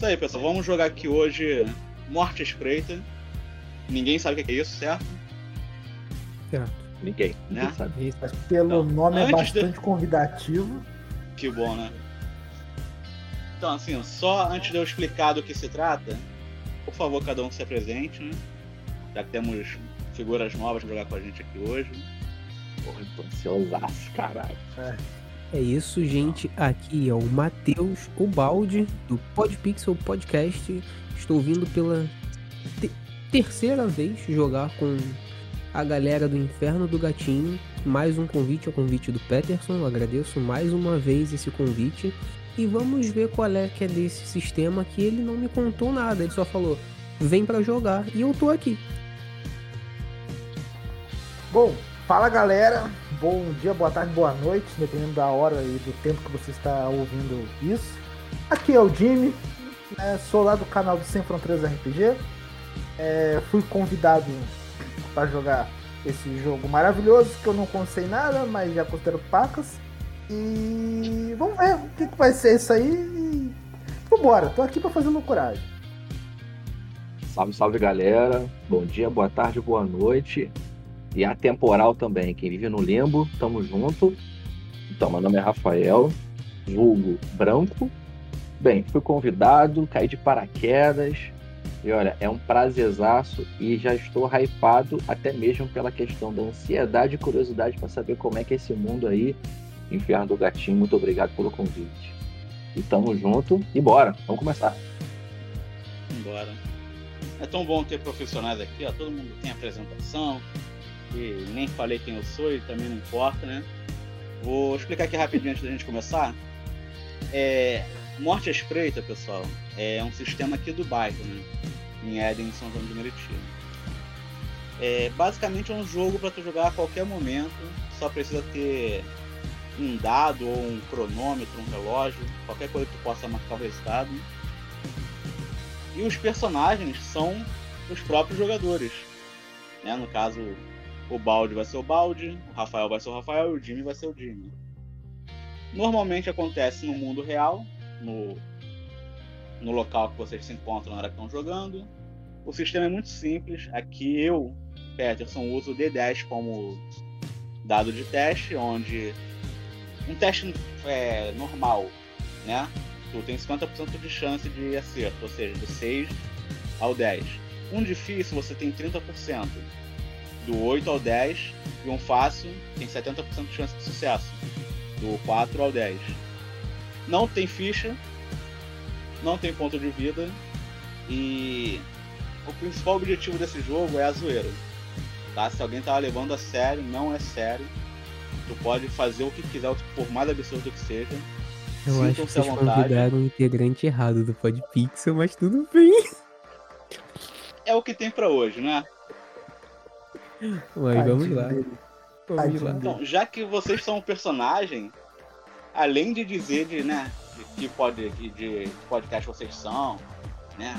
Tá aí, pessoal. Vamos jogar aqui hoje Morte Espreita. Ninguém sabe o que é isso, certo? Certo. Ninguém. Né? Ninguém sabe. Isso. Pelo Então, nome é antes bastante convidativo. Que bom, né? Então, assim, só antes de eu explicar do que se trata, por favor, cada um se apresente, né? Já que temos figuras novas pra jogar com a gente aqui hoje. Porra, eu tô ansiosaço, caralho. É isso, gente. Aqui é o Matheus Obaldi, do Podpixel Podcast. Estou vindo pela te- terceira vez jogar com a galera do Inferno do Gatinho. Mais um convite, é o convite do Peterson. Eu agradeço mais uma vez esse convite. E vamos ver qual é que é desse sistema que ele não me contou nada. Ele só falou, vem pra jogar. E eu tô aqui. Bom, fala galera. Bom dia, boa tarde, boa noite, dependendo da hora e do tempo que você está ouvindo isso. Aqui é o Jimmy, né, sou lá do canal do Sem Fronteiras RPG. É, fui convidado para jogar esse jogo maravilhoso que eu não sei nada, mas já considero pacas. E vamos ver o que, que vai ser isso aí. E Vambora, tô aqui para fazer loucuragem. Salve, salve, galera. Bom dia, boa tarde, boa noite. E atemporal também. Quem vive no limbo, tamo junto. Então, meu nome é Rafael, vulgo branco. Bem, fui convidado, caí de paraquedas. E olha, é um prazerzaço e já estou hypado até mesmo pela questão da ansiedade e curiosidade para saber como é que é esse mundo aí. Inferno do Gatinho, muito obrigado pelo convite. E tamo junto e bora, vamos começar. Embora. É tão bom ter profissionais aqui, ó. Todo mundo tem apresentação. E nem falei quem eu sou e também não importa, né? Vou explicar aqui rapidinho antes da gente começar. É, Morte à Espreita, pessoal, é um sistema aqui do bairro, né? Em Éden, em São João de Meriti. É, basicamente é um jogo para tu jogar a qualquer momento. Só precisa ter um dado ou um cronômetro, um relógio, qualquer coisa que tu possa marcar o resultado. E os personagens são os próprios jogadores. Né? No caso, o Balde vai ser o Balde, o Rafael vai ser o Rafael e o Jimmy vai ser o Jimmy. Normalmente acontece no mundo real, no, no local que vocês se encontram na hora que estão jogando. O sistema é muito simples. Aqui eu, Peterson, uso o D10 como dado de teste, onde um teste é, normal, né? Tu tem 50% de chance de acerto, ou seja, do 6 ao 10. Um difícil você tem 30%, do 8 ao 10, e um fácil tem 70% de chance de sucesso, do 4 ao 10. Não tem ficha, não tem ponto de vida, e o principal objetivo desse jogo é a zoeira. Tá? Se alguém tava levando a sério, não é sério. Tu pode fazer o que quiser, o que for mais absurdo que seja. Eu acho que Sintam-se à vocês vontade. convidaram o integrante errado do Podpixel, mas tudo bem. É o que tem pra hoje, né? Mas vamos lá. Tadinho Vamos Tadinho lá. dele. Então, já que vocês são um personagem, além de dizer de, né, de que pode, de, de que podcast vocês são, né,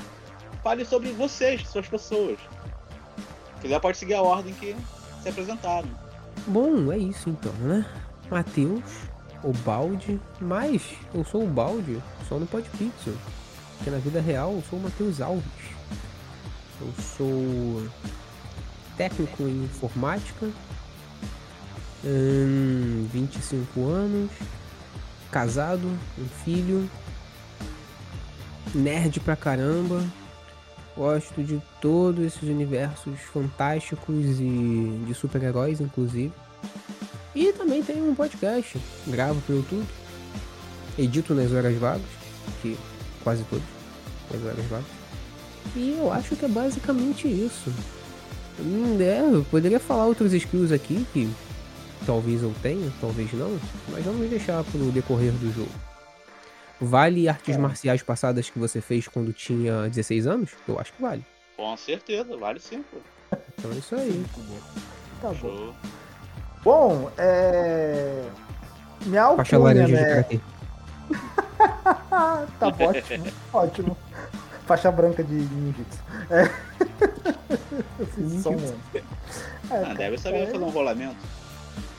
fale sobre vocês, suas pessoas. Se quiser, pode seguir a ordem que se apresentaram. Bom, é isso então, né? Matheus, o balde, mas eu sou o balde só no Podpixel. Porque na vida real eu sou o Matheus Alves. Eu sou técnico em informática, hum, 25 anos, casado, um filho, nerd pra caramba. Gosto de todos esses universos fantásticos e de super-heróis, inclusive. E também tenho um podcast, gravo pro YouTube, edito nas horas vagas, que quase todos, nas horas vagas. E eu acho que é basicamente isso. Hum, É, eu poderia falar outros skills aqui que talvez eu tenha, talvez não, mas vamos deixar pro decorrer do jogo. Vale artes marciais passadas que você fez quando tinha 16 anos? Eu acho que vale. Com certeza, vale sim, pô. Então é isso aí. Tá bom. Show. Bom, é. Minha Faixa alcunha, laranja de né? karatê. Ah, tá bom, ótimo, ótimo. Faixa branca de ninjitsu. É. Assim, só um- Ah, É, deve saber fazer um rolamento.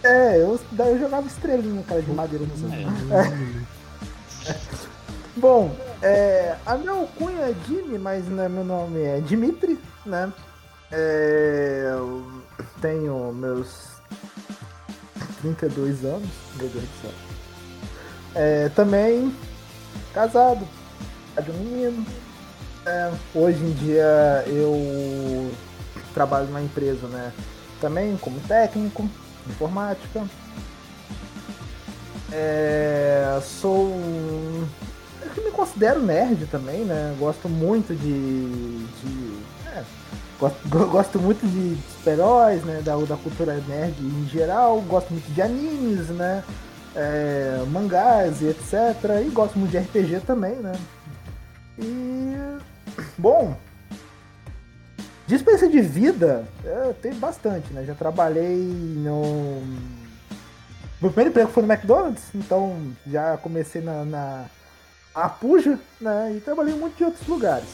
é eu, daí eu jogava estrelinha, cara, de madeira no seu. É. Bom, é, a minha alcunha é Jimmy, mas né, meu nome é Dimitri, né? É, eu tenho meus 32 anos, meu Deus do céu. É, também casado, pai de um menino. É, hoje em dia eu trabalho numa empresa, né? Também como técnico, informática. É, sou. um- Eu que me considero nerd também, né? Gosto muito de. de- é, gosto, gosto muito de super-heróis, né? Da, da cultura nerd em geral. Gosto muito de animes, né? É, mangás e etc. E gosto muito de RPG também, né? E. Bom. De experiência de vida, eu tenho bastante, né? Já trabalhei no. Meu primeiro emprego foi no McDonald's, então já comecei na, na a puja, né? E trabalhei muito em outros lugares.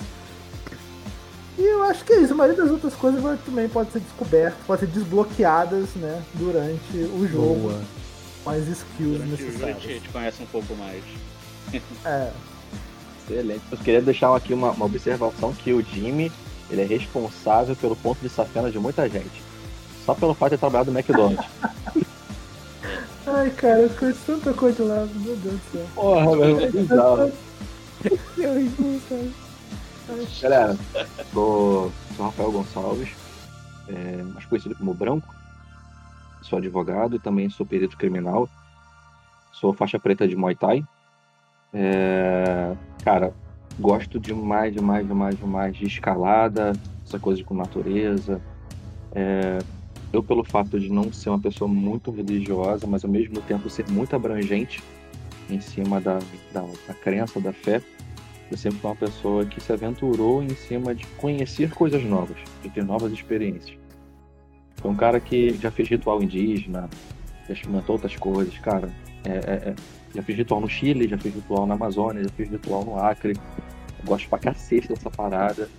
E eu acho que é isso, a maioria das outras coisas vai- também pode ser descobertas, pode ser desbloqueadas, né? Durante o jogo, Boa. com as skills Durante o jogo a gente necessárias. te conhece um pouco mais. É, Excelente. Eu queria deixar aqui uma, uma observação que o Jimmy, ele é responsável pelo ponto de safena de muita gente. Só pelo fato de ter trabalhado no McDonald's. Ai, cara, eu conheço tanta coisa lá, meu Deus do céu. Porra, meu irmão, bizarro. Eu responsável. Galera, sou, sou Rafael Gonçalves, é, mais conhecido como Branco. Sou advogado e também sou perito criminal. Sou faixa preta de Muay Thai. É, cara, gosto demais, demais, demais, demais de escalada, essa coisa com natureza. É, eu, pelo fato de não ser uma pessoa muito religiosa, mas ao mesmo tempo ser muito abrangente em cima da, da, da crença, da fé, eu sempre fui uma pessoa que se aventurou em cima de conhecer coisas novas, de ter novas experiências. Foi um cara que já fez ritual indígena, já experimentou outras coisas, cara. É, é, é. Já fiz ritual no Chile, já fiz ritual na Amazônia, já fiz ritual no Acre. Eu gosto pra cacete dessa parada.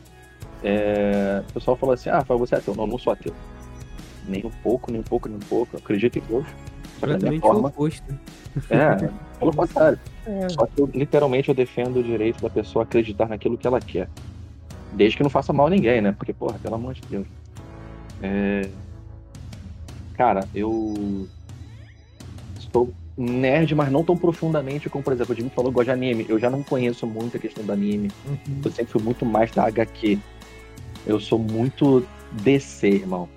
É, o pessoal falou assim: ah, Rafael, você é ateu. Não, eu não sou ateu. Nem um pouco, nem um pouco, nem um pouco. Eu acredito em Deus. Só que da minha Completamente o forma. oposto. É, pelo contrário. É. Só que eu, literalmente eu defendo o direito da pessoa acreditar naquilo que ela quer. Desde que não faça mal a ninguém, né? Porque, porra, pelo amor de Deus. É, Cara, eu. Estou nerd, mas não tão profundamente como, por exemplo, o Jimmy falou que gosta de anime. Eu já não conheço muito a questão do anime. Uhum. Eu sempre fui muito mais da HQ. Eu sou muito DC, irmão.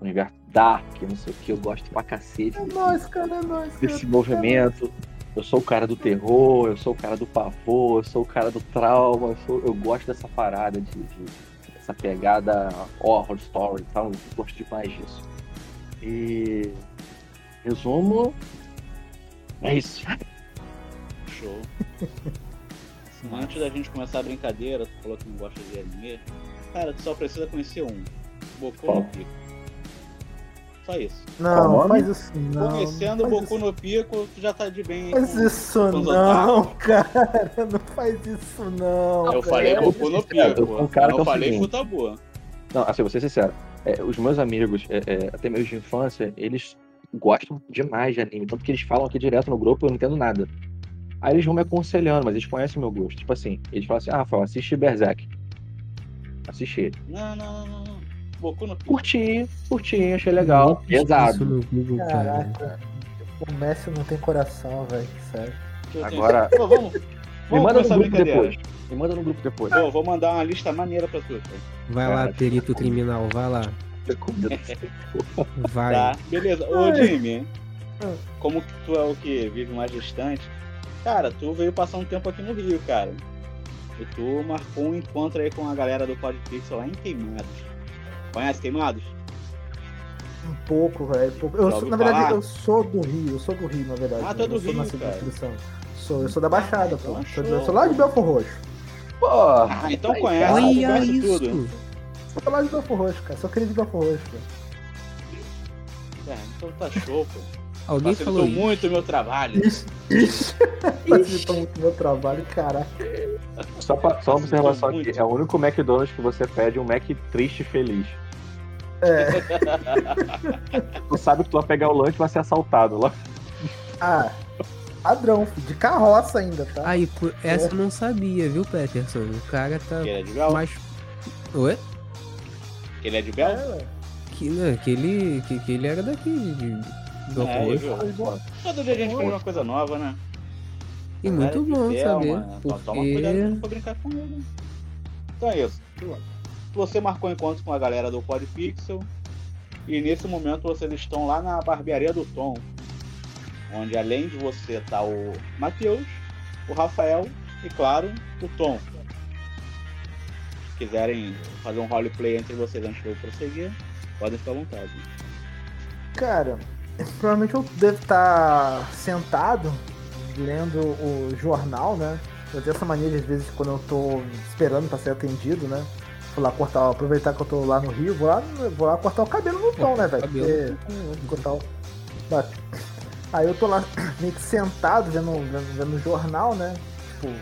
Universo Dark, não sei o que, eu gosto pra cacete. É desse- nóis, cara, é nóis. cara. desse movimento. Eu sou o cara do terror, eu sou o cara do pavor, eu sou o cara do trauma, eu, sou- eu gosto dessa parada de, de- essa pegada horror story e tal, eu gosto demais disso. E resumo é isso. Show. Antes da gente começar a brincadeira, tu falou que não gosta de anime. Cara, tu só precisa conhecer um. Boku Qual? no Pico. Só isso. Qual o Não, nome? faz isso não. Conhecendo faz Boku isso- no Pico, tu já tá de bem. Faz com- isso com os não, cara, não faz isso não. Eu falei cara. Boku no cara, É, eu Pico. sou um cara eu que é não o falei seguinte. Futabu. Não, assim, vou ser sincero. é, os meus amigos, é, é, até mesmo de infância, eles gostam demais de anime. Tanto que eles falam aqui direto no grupo, eu não entendo nada. Aí eles vão me aconselhando, mas eles conhecem o meu gosto. Tipo assim, eles falam assim, ah, Rafael, assiste Berserk. Assiste ele. Não, não, não, não. Boku no Pico. Curti, curti, achei legal. Isso Pesado. no Google, né? cara. Caraca, o Messi não tem coração, velho, sério. Eu tenho- Agora- Pô, vamos. Me Vamos manda começar a no grupo brincadeira. depois. Me manda no grupo depois. Pô, vou mandar uma lista maneira pra tu. tá? cara. Vai lá, perito criminal, vai lá. Vai. Tá, beleza. Ô, Ai. Jimmy, Ah. como que tu é o que vive mais distante, cara, tu veio passar um tempo aqui no Rio, cara. E tu marcou um encontro aí com a galera do Podpixel lá em Queimados. Conhece Queimados? Um pouco, velho. pouco. Eu Já sou- ouviu na verdade, falar? eu sou do Rio, eu sou do Rio, na verdade. Ah, tu né? é do eu sou Rio, nascido cara. na São. Sou, eu sou da Baixada, pô. Então show. Sou, eu sou lá de Belfor Roxo. Porra! tá Ah, então aí, conhece, cara. tu Olha conhece isso! tudo. Sou lá de Belfor Roxo, cara. Sou querido de Belfor Roxo, cara. É, então tá show, pô. Alguém falou Facilitou isso. muito o meu trabalho. Ixi, ixi. Facilitou muito meu trabalho, caraca. Só, pra, só uma observação Muito. aqui. É o único McDonald's que você pede um Mac triste e feliz. É. Tu sabe que tu vai pegar o lanche e vai ser assaltado lá. Ah, Padrão, filho, de carroça ainda, tá? Aí, por... É. essa eu não sabia, viu, Peterson? O cara tá Que ele é de Bel? mais. Oi? Que ele é de Bel? É, ué. Que, né, que, ele, que, que ele era daqui, de, de- do É, Alcoa. viu? Todo dia a gente faz uma coisa nova, né? E muito Cara, bom é, saber. mano. Então, Toma cuidado Porque. pra brincar com ele. né? Então é isso. Você marcou encontro com a galera do Pod Pixel. E nesse momento vocês estão lá na barbearia do Tom. Onde além de você tá o Matheus, o Rafael e claro, o Tom. Se quiserem fazer um roleplay entre vocês antes de eu prosseguir, podem ficar à vontade. Cara, provavelmente eu devo estar sentado lendo o jornal, né? Eu tenho essa mania de, às vezes, quando eu tô esperando pra ser atendido, né? Vou lá cortar, aproveitar que eu tô lá no Rio, vou lá, vou lá cortar o cabelo no tom, né, velho? cabelo. Porque, hum, Cortar o... bate. Aí eu tô lá meio que sentado vendo, vendo, vendo o jornal, né? Tipo,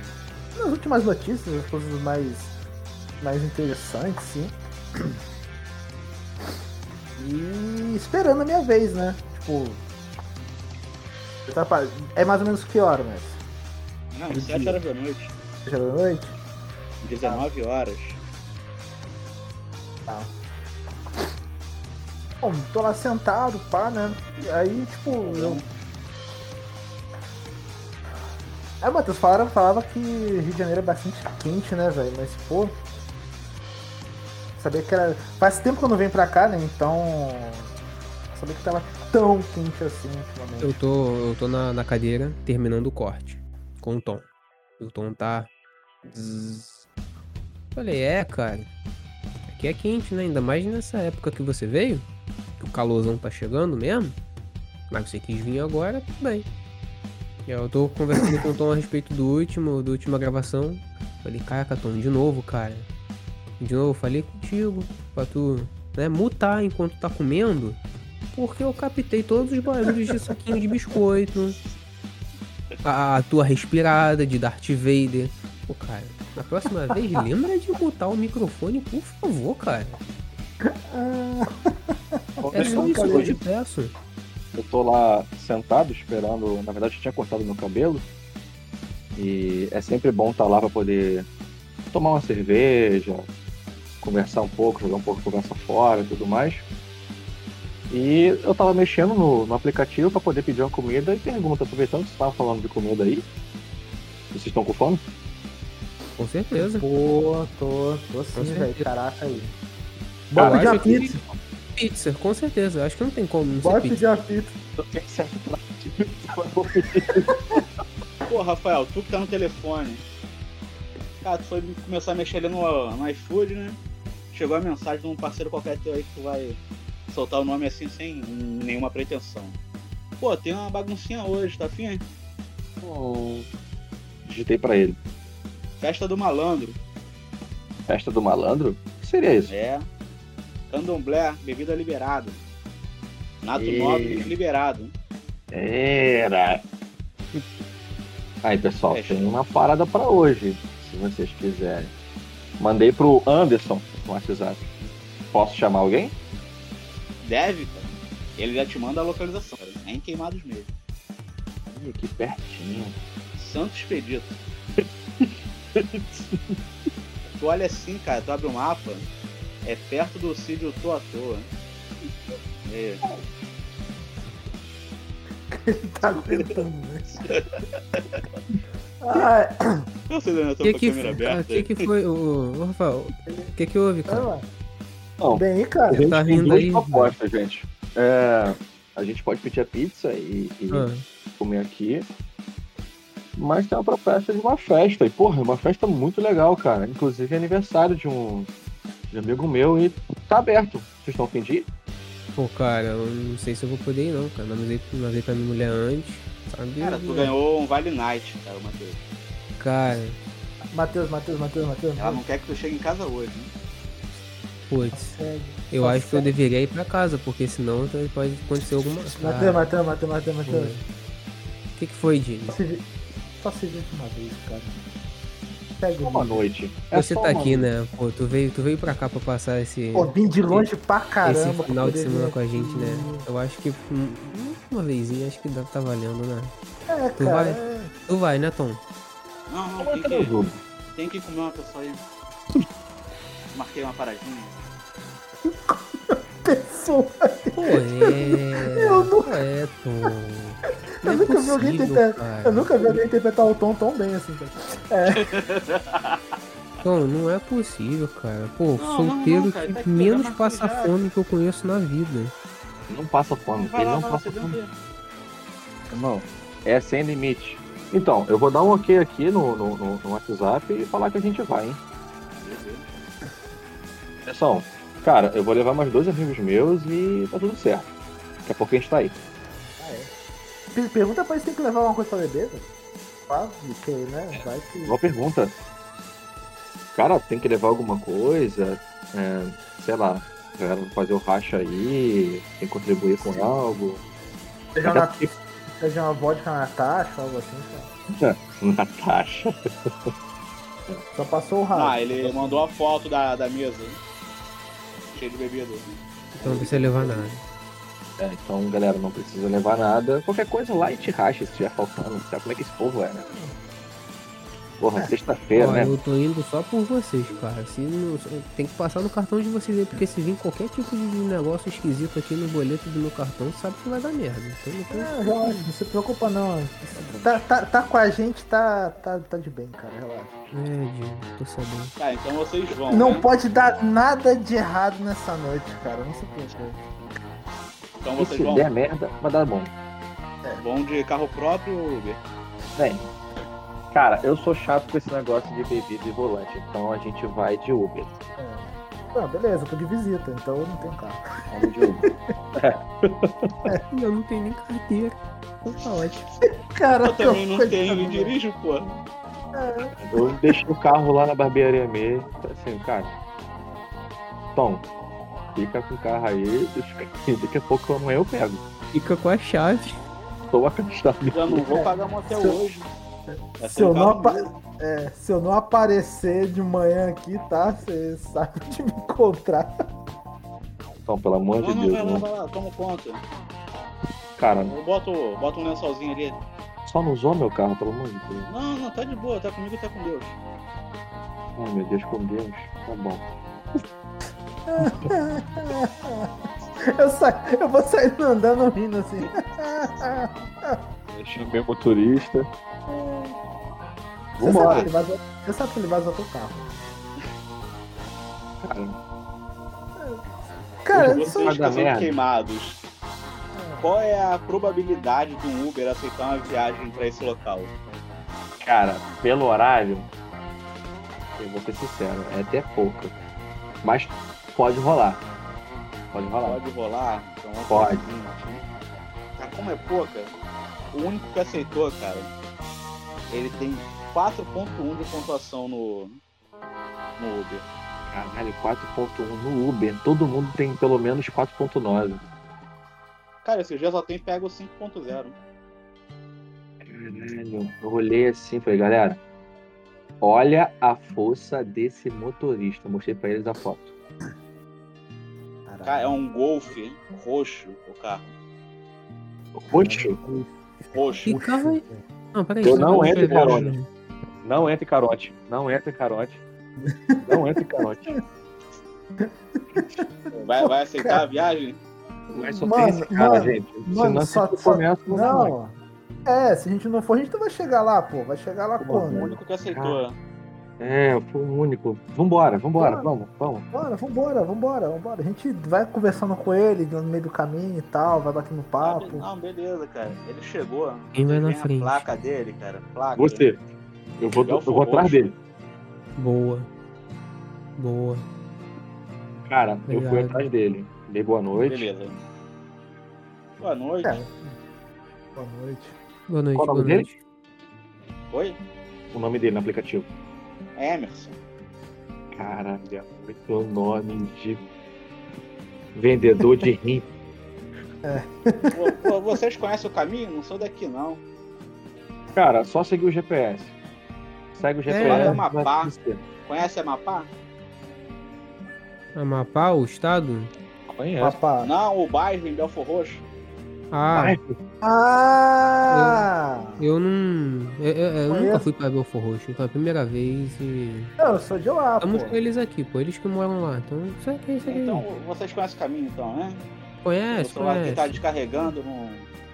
as últimas notícias, as coisas mais, mais interessantes, sim. E esperando a minha vez, né? Tipo. eu tava pa- É mais ou menos que hora, mas. Não, 7 horas da noite, Já da noite? 19 horas. Tá. Bom, tô lá sentado, pá, né? E Aí, tipo. Eu... Aí, É, Matheus, falaram, falava que Rio de Janeiro é bastante quente, né, velho? Mas, pô. Sabia que era. Faz tempo que eu não venho pra cá, né? Então. Sabia que tava tão quente assim ultimamente. Eu tô, eu tô na, na cadeira terminando o corte com o Tom. E o Tom tá. Zzz. Falei, é, cara. Aqui é quente, né? Ainda mais nessa época que você veio. Que o calorzão tá chegando mesmo. Mas você quis vir agora, tudo bem. E aí eu tô conversando com o Tom a respeito do último, da última gravação. Falei, caraca, Tom, de novo, cara. De novo, falei contigo. Pra tu, né, mutar enquanto tá comendo. Porque eu captei todos os barulhos de saquinho de biscoito. A, a tua respirada de Darth Vader. Pô, cara, na próxima vez, lembra de botar o microfone, por favor, cara. É só isso que eu te peço. Eu tô lá sentado esperando. Na verdade, eu tinha cortado meu cabelo. E é sempre bom estar lá pra poder tomar uma cerveja, conversar um pouco, jogar um pouco de conversa fora e tudo mais. E eu tava mexendo no, no aplicativo pra poder pedir uma comida e pergunta, aproveitando que você tava falando de comida aí. Vocês estão com fome? Com certeza. Pô, tô, tô Com sim, certeza. velho. Caraca aí. Eu Bora pedir uma acho que- pizza. Pizza, com certeza. Acho que não tem como não ser Bora pizza. pedir uma pizza. Eu tenho certo pra Pô, Rafael, tu que tá no telefone. Cara, tu foi começar a mexer ali no, no iFood, né? Chegou a mensagem de um parceiro qualquer teu aí que tu vai soltar o nome assim sem nenhuma pretensão. Pô, tem uma baguncinha hoje, tá afim? Digitei pra ele. Festa do malandro. Festa do malandro? O que seria isso? É. Candomblé, bebida liberada. Nato E- nobre liberado. Era. Aí, pessoal, Fecha. tem uma parada pra hoje, se vocês quiserem. Mandei pro Anderson no WhatsApp. Posso chamar alguém? Deve, cara. Ele já te manda a localização. cara. É em Queimados mesmo. Ih, aqui pertinho. Santo Expedito. tu olha assim, cara, tu abre o mapa, é perto do Cídio Tô à toa. É, Tá tentando, né? Ah, eu sei onde eu O tô que com a que, câmera cara, aberta. que que foi, ô, ô, Rafael? O que que houve, cara? ah, Não, bem, cara. a gente tá tem rindo duas aí. propostas, gente. É, a gente pode pedir a pizza e, e Ah, comer aqui. Mas tem uma proposta de uma festa. E, porra, é uma festa muito legal, cara. Inclusive é aniversário de um, de um amigo meu e tá aberto. Vocês estão afim de ir? pô, cara, eu não sei se eu vou poder ir, não, cara. Mas eu mandei pra minha mulher antes, sabe? Cara, tu ganhou um Vale Night, cara, Matheus. Cara, Matheus, Matheus, Matheus, Matheus. Ela não quer que tu chegue em casa hoje, né? putz. Segue. Eu Só acho que eu segue. deveria ir pra casa, porque senão então, pode acontecer alguma Matheus, coisa. Tipo, Matheus, Matheus, Matheus, Matheus. O que, que foi, Jimmy? Só se vi- Só se vive uma vez, cara. Segue Só o uma mano. noite. É Uhum. Você só tá uma aqui, né? Pô, tu veio, tu veio pra cá pra passar esse, Pô, vim de longe pra caramba. esse pra final de poder semana vir com a gente, aqui. né? Eu acho que hum, uma vezinha acho que dá, tá valendo, né? É, Tu cara. vai? é- Tu vai, né, Tom? Não, não, Como é tem que era o que, jogo? tem que comer uma pessoa aí. Marquei uma paradinha. é, Pessoa. Pô, é. Eu nunca- Pô, é, Tom. Não Eu é nunca vi alguém possível, tentar- cara. Eu nunca vi alguém interpretar o Tom tão bem assim, cara. Tom, não é possível, cara. Pô, Não, solteiro não, não, cara, que tá aqui, menos já passa marquei já. fome que eu conheço na vida. Não passa fome. Vai ele lá, não vai lá, passa você deu um fome. dedo. Não. É sem limite. Então, eu vou dar um ok aqui no, no, no- no WhatsApp e falar que a gente vai, hein? Pessoal, cara, eu vou levar mais dois amigos meus e tá tudo certo. Daqui a pouco a gente tá aí. Pe- Pergunta pra eles se tem que levar alguma coisa pra beber, velho. Claro, porque, né? Vai que. Boa pergunta. Cara, tem que levar alguma coisa, é, sei lá, a galera fazer o racha aí, tem que contribuir com algo. Seja uma, seja uma vodka na taxa, algo assim, cara. Natasha. Só passou o raio. Ah, ele mandou a foto da, da mesa. Cheio de né? bebida. Então não precisa levar nada. É, então, galera, não precisa levar nada. Qualquer coisa lá e te racha se estiver faltando. Sabe como é que esse povo é, né? Porra, sexta-feira, É. Ó, né? eu tô indo só por vocês, cara. Se não- tem que passar no cartão de vocês aí, porque se vir qualquer tipo de negócio esquisito aqui no boleto do meu cartão, sabe que vai dar merda. Então não tem... Não, relaxa, não se preocupa não. Tá, tá, tá com a gente, tá, tá, tá de bem, cara, relaxa. É, Diego, tô sabendo. Tá, então vocês vão. Não né? pode dar nada de errado nessa noite, cara, não se preocupe. Então E se vocês vão. der merda, vai dar bom. Vão de carro próprio ou Uber? Bem, cara, eu sou chato com esse negócio de bebida e volante, então a gente vai de Uber. É. Ah, beleza, eu tô de visita, então eu não tenho carro. Vamos de Uber. E eu não tenho nem carteira. Então tá ótimo. Cara, Eu também não coisa tenho e boa. dirijo, pô. Eu deixei o carro lá na barbearia mesmo. tá Assim, cara. Tom, fica com o carro aí. deixa aqui, Daqui a pouco amanhã eu pego. Fica com a chave. Tô acostado. Já não vou pagar motel Se eu- hoje. Vai Se ser um eu, não carro apa- novo. é, se eu não aparecer de manhã aqui, tá? Você sabe de me encontrar. Tom, pelo amor Não, de não, Deus, vai lá, não. vai lá, toma conta. Cara, Eu boto, boto um lençolzinho ali. só não usou meu carro, pelo amor de Deus. Não, não, tá de boa, tá comigo e tá com Deus. Ai, meu Deus, com Deus. Tá bom. Eu, sa... eu vou sair andando rindo assim. Deixei o meu motorista. Você sabe, que Vambora. ele vazou... você sabe que ele vazou teu carro. Cara, Cara, Vocês isso que Vai dar são merda. queimados. Qual é a probabilidade de um Uber aceitar uma viagem pra esse local? cara, pelo horário, eu vou ser sincero, é até pouca. Mas pode rolar. Pode rolar. Pode rolar? Então, vamos Pode. fazer. Cara, como é pouca, o único que aceitou, cara, ele tem 4.1 de pontuação no, no Uber. Caralho, 4.1 no Uber. Todo mundo tem pelo menos 4.9. Cara, esse dia só tem pego 5.0. Caralho, eu olhei assim e falei, galera, olha a força desse motorista. Mostrei pra eles a foto. Cara, é um Golf roxo o carro. um Roxo? Roxo. Que carro é? Não, peraí. Eu só não pra entro em confirmar. carona. Não entre carote. Não entre carote. Não entre carote. Vai, vai aceitar a viagem? Mas só Mano, tem esse cara, mano, gente. mano, Senão só- eu só- começo não um vai. Não. É, se a gente não for, a gente não vai chegar lá, pô. Vai chegar lá Pô, O quando? único que aceitou. É, eu fui o único. Vambora, vambora, Mano. vamos, vamos. Bora, vambora, vambora, vambora. A gente vai conversando com ele no meio do caminho e tal, vai batendo Sabe? papo. Não, beleza, cara. Ele chegou. Quem vai na Tem a frente? placa dele, cara. Placa. Você. Eu vou, eu vou atrás dele. Boa. Boa. Cara, eu fui Obrigado. atrás dele. Dei boa noite. Beleza. Boa noite. É. Boa noite. Boa noite, Qual o boa nome dele? noite. Oi? O nome dele no aplicativo. É Emerson. Caralho, muito nome de vendedor de rim. Pô, pô, Vocês conhecem o caminho? Não sou daqui, não. Cara, só seguir o GPS. Segue o GPS. é vai uma pá. acontecer. Conhece Amapá? Amapá, o estado? Conhece. Papá, É. Não, o bairro em Belfor Roxo. Ah, Ah! eu não. Eu, eu- eu nunca Conheço. fui pra Belfor Roxo, então é a primeira vez e. Não, eu sou de lá, pô. Estamos com eles aqui, pô. Eles que moram lá. Então, isso aqui, isso aqui. é, Então, vocês conhecem o caminho então, né? o conhece, celular aqui conhece. tá descarregando, não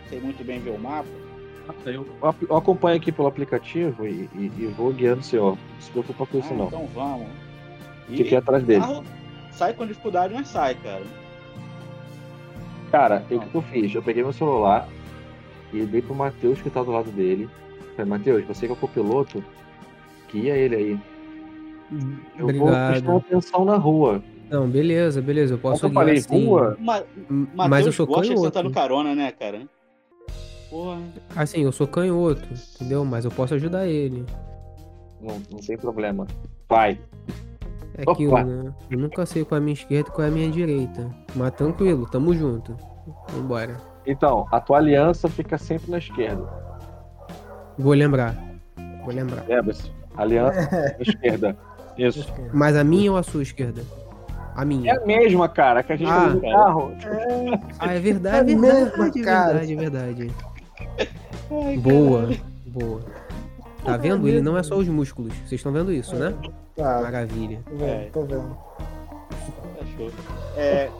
sei muito bem ver o mapa. Eu, ap- eu acompanho aqui pelo aplicativo e, e- e vou guiando o senhor. Não se preocupa com isso, Ah, não. Então vamos. Fiquei atrás dele. carro sai com dificuldade, mas sai, cara. Cara, eu- o que eu fiz? Eu peguei meu celular e dei pro Matheus, que tá do lado dele. Falei, Matheus, você que é o copiloto, guia ele aí. Eu vou prestar Obrigado. atenção na rua. Não, beleza, beleza. Eu posso Quando eu guiar falei assim. rua, Ma m- Mas eu Matheus sou gosta de sentar canhoto. no carona, né, cara? Porra. Assim, eu sou canhoto, entendeu? Mas eu posso ajudar ele. não, não tem problema. Vai. É Opa. aquilo, né? Eu nunca sei qual é a minha esquerda e qual é a minha direita. Mas tranquilo, tamo junto. Vambora. Então, a tua aliança fica sempre na esquerda. Vou lembrar. Vou lembrar. Lembra-se? Aliança na esquerda. Isso. Mas a minha ou a sua esquerda? A É minha. a mesma, cara, que a gente Ah, usa no cara. carro. Ah, é verdade, é É a verdade, mesma, é cara. verdade, é verdade. Ai, Boa, boa. Tá vendo? Ele mesmo. não é só os músculos. Vocês estão vendo isso, né? Tá, Maravilha. tô É. vendo, tô vendo. cara, tá show. É,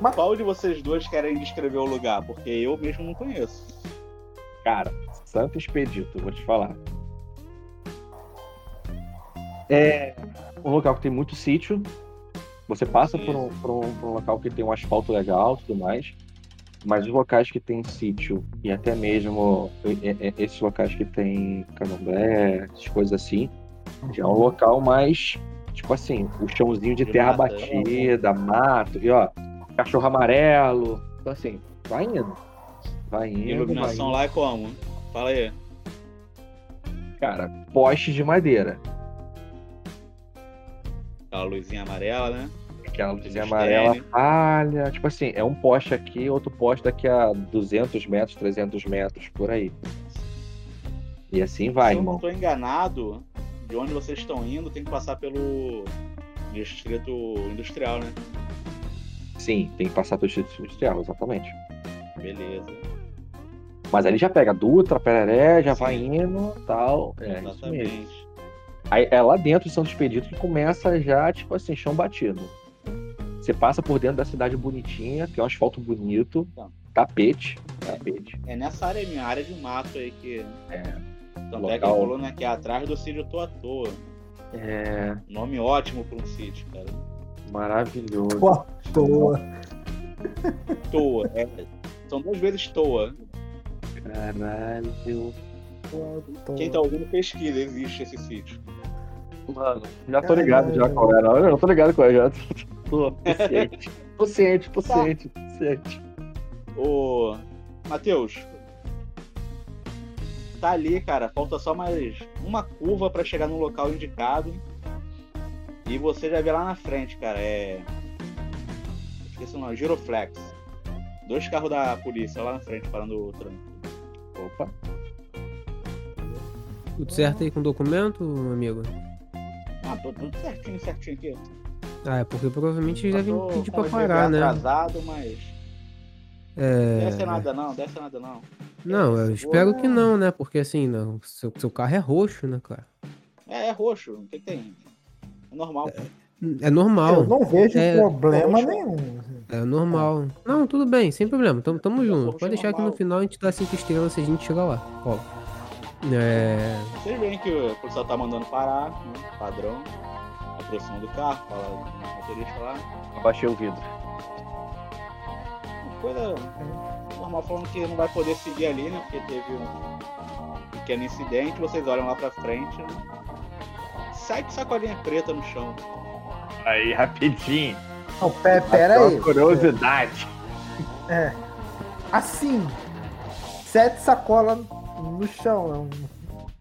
Mas- qual de vocês dois querem descrever o lugar? Porque eu mesmo não conheço. Cara, Santo Expedito, vou te falar. É um local que tem muito sítio. Você passa por um, por um- por um local que tem um asfalto legal e tudo mais. Mas os locais que tem sítio e até mesmo é, é, esses locais que tem candomblé, essas coisas assim, já é um local mais, tipo assim, o chãozinho de De terra mata, né? batida, mato, e ó, cachorro amarelo. Então assim, vai indo. Vai indo. vai Iluminação lá é como? Fala aí. Cara, poste de madeira. Aquela luzinha amarela, né? Aquela De luzinha mistério. amarela falha. Tipo assim, é um poste aqui, outro poste daqui a 200 metros, 300 metros, por aí. E assim vai, Se eu não irmão. tô enganado, de onde vocês estão indo, tem que passar pelo distrito industrial, né? Sim, tem que passar pelo distrito industrial, exatamente. Beleza. Mas ali já pega Dutra, Pereré, já Sim. vai indo tal. É, isso mesmo. Exatamente. Aí é lá dentro de Santo Expedito que começa já, tipo assim, chão batido. Você passa por dentro da cidade bonitinha, tem um asfalto bonito, Tá. tapete, tapete. É nessa área, minha área de mato aí que. É. Tanto é que a Local. coluna aqui atrás do sítio eu tô à toa. É, Nome ótimo pra um sítio, cara. Maravilhoso. Pô, Toa. Toa. é. São duas vezes toa. Caralho. um- Toa, toa. Quem tá ouvindo pesquisa, existe esse sítio. Mano, já tô ligado já qual era. Eu já tô ligado qual era. Já tô, tô, tô ciente. Tô ciente, tô ciente, tô ciente. Ô. Matheus. Tá ali, cara. Falta só mais uma curva pra chegar no local indicado. E você já vê lá na frente, cara. É. Esqueci o nome, Giroflex. Dois carros da polícia lá na frente parando o trânsito. Opa. Tudo certo aí com o documento, amigo? Ah, tô tudo certinho, certinho aqui. Ah, é porque provavelmente eles Eu devem tô pedir com pra o parar, IPVA né? É. atrasado, mas. Desce nada não, desce nada não. Não, eu espero que não, né? Porque assim, não, seu, seu carro é roxo, né, cara? É, é roxo, o que que tem? É normal. Hum. É Eu normal, não vejo É, problema poxa. nenhum. assim. é normal. Não, tudo bem, sem problema, tamo, tamo junto. roxo é Pode deixar que no normal. final a gente dá cinco estrelas se a gente chegar lá. Ó. É. Vocês veem que o policial tá mandando parar, né? Padrão. Aproxima do carro, fala com o motorista lá. Abaixei o vidro. Uma coisa normal falando que não vai poder seguir ali, né? Porque teve um pequeno incidente, vocês olham lá pra frente, né? Sai com sacolinha preta no chão. Aí, rapidinho. Não, pe- pera Só aí. curiosidade. É. Assim, sete sacolas no chão.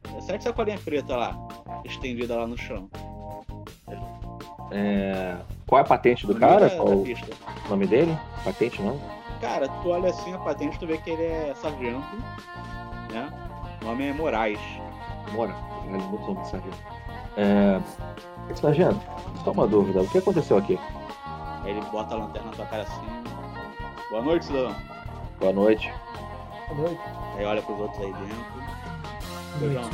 é um- Sai com sacolinha preta lá, estendida lá no chão. É, Qual é a patente do No cara? meio da- Qual da o pista. nome dele? Patente não? Cara, tu olha assim a patente, tu vê que ele é sargento, né? O nome é Moraes. Bora. Ele botou no sargento. É... Sargento, só uma dúvida. O que aconteceu aqui? Aí ele bota a lanterna na tua cara assim. Boa noite, cidadão. Boa noite. Boa noite. Aí olha pros outros aí dentro. Oi, João.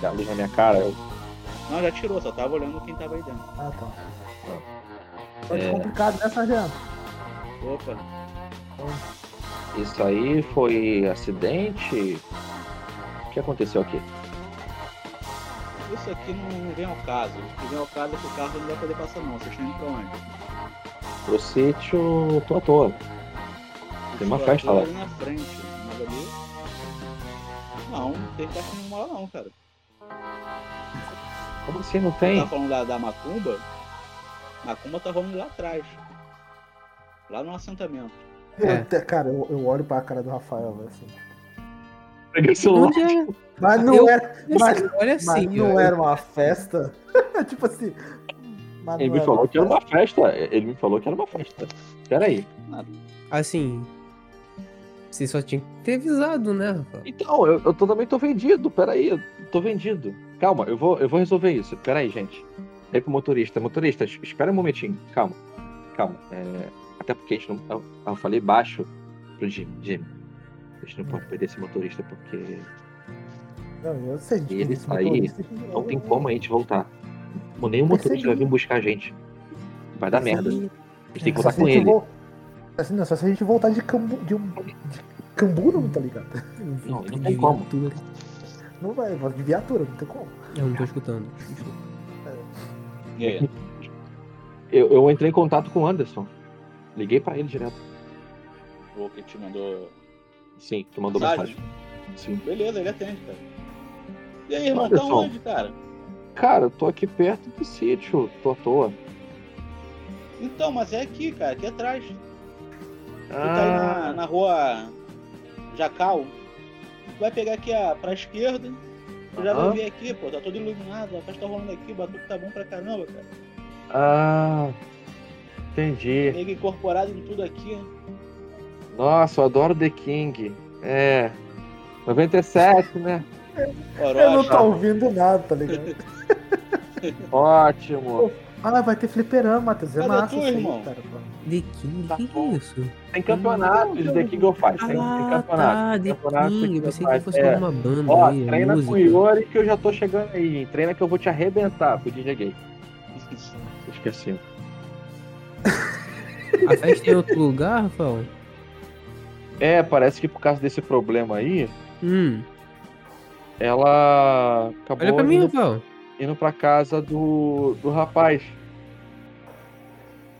Dá luz na minha cara, eu Não, já tirou, só tava olhando quem tava aí dentro. Ah, tá. Tá É. complicado, né, sargento? Opa, Isso aí foi acidente? O que aconteceu aqui? isso aqui não, não vem ao caso. O que vem ao caso é que o carro não vai poder passar não. Vocês estão indo pra onde? Pro sítio, tô à toa. Tem uma Os festa lá. ali na frente, mas ali... Não, não tem festa nenhuma lá não, cara. Como assim não Você tem? Tá falando da, da Macumba? Macumba tá rolando lá atrás. Lá no assentamento. É. Eu te- cara, eu, eu olho pra cara do Rafael, velho, assim. Peguei o Onde era? Mas não Eu- era. Mas, Olha mas assim, não é ó, era uma festa. tipo assim. mas Ele não me era falou uma que era festa. uma festa. Ele me falou que era uma festa. Peraí. Assim. Você só tinha que ter avisado, né, Rafa? Então, eu, eu tô- também tô vendido. Peraí, eu tô vendido. Calma, eu vou, eu vou resolver isso. Peraí, gente. Aí pro motorista. Motorista, es- espera um momentinho. Calma. Calma. É, até porque a gente não. Eu, eu falei baixo pro Jimmy. Jimmy. A gente não pode perder esse motorista porque Não, eu sei disso. E ele sair, Não tem como a gente voltar. Pô, Nenhum Vai ser motorista vai vir buscar a gente. Vai dar merda. A Ih, gente É, tem que Só um contar com ele. Assim, não, só se a gente voltar de cambu. De, um- de camburo, não tá ligado? Não, não de tem como. viatura. Não vai, vai de viatura, não tem como. Eu não tô escutando. E aí? Eu, eu entrei em contato com o Anderson. Liguei pra ele direto. O que te mandou. Sim, tu mandou Mensagem? mensagem. Sim. Beleza, ele atende, cara. E aí, irmão, Olha tá só. onde, cara? Cara, eu tô aqui perto do sítio. Tô à toa. Então, mas é aqui, cara, aqui atrás. Tu tá aí na, Ah, na rua Jacal. Tu vai pegar aqui a, pra esquerda. Tu já vai Aham. ver aqui, pô, tá todo iluminado, a festa tá rolando aqui, o batuque tá bom pra caramba, cara. ah, entendi. Nego incorporado em tudo aqui. Nossa, eu adoro The King. É. 97, né? Ele não tá Ah. Orocha. ouvindo nada, tá ligado? Ótimo. Ah, vai ter fliperama, Matheus. É Cadê massa tu, isso aí, irmão? cara. pô. The King? Tá que que bom. é isso? Tem campeonato de The King of Fight. Tem, tem Ah, campeonato. tá, tem The campeonato, tem King. Eu pensei que campeonato. fosse É. alguma banda Ó, aí, treina com o música. Iori que eu já tô chegando aí. Treina que eu vou te arrebentar pro DJ Gay. Esqueci. A festa é em outro lugar, Rafael? É, parece que por causa desse problema aí, Hum, ela acabou olha pra mim, indo, Rafael. indo pra casa do, do rapaz.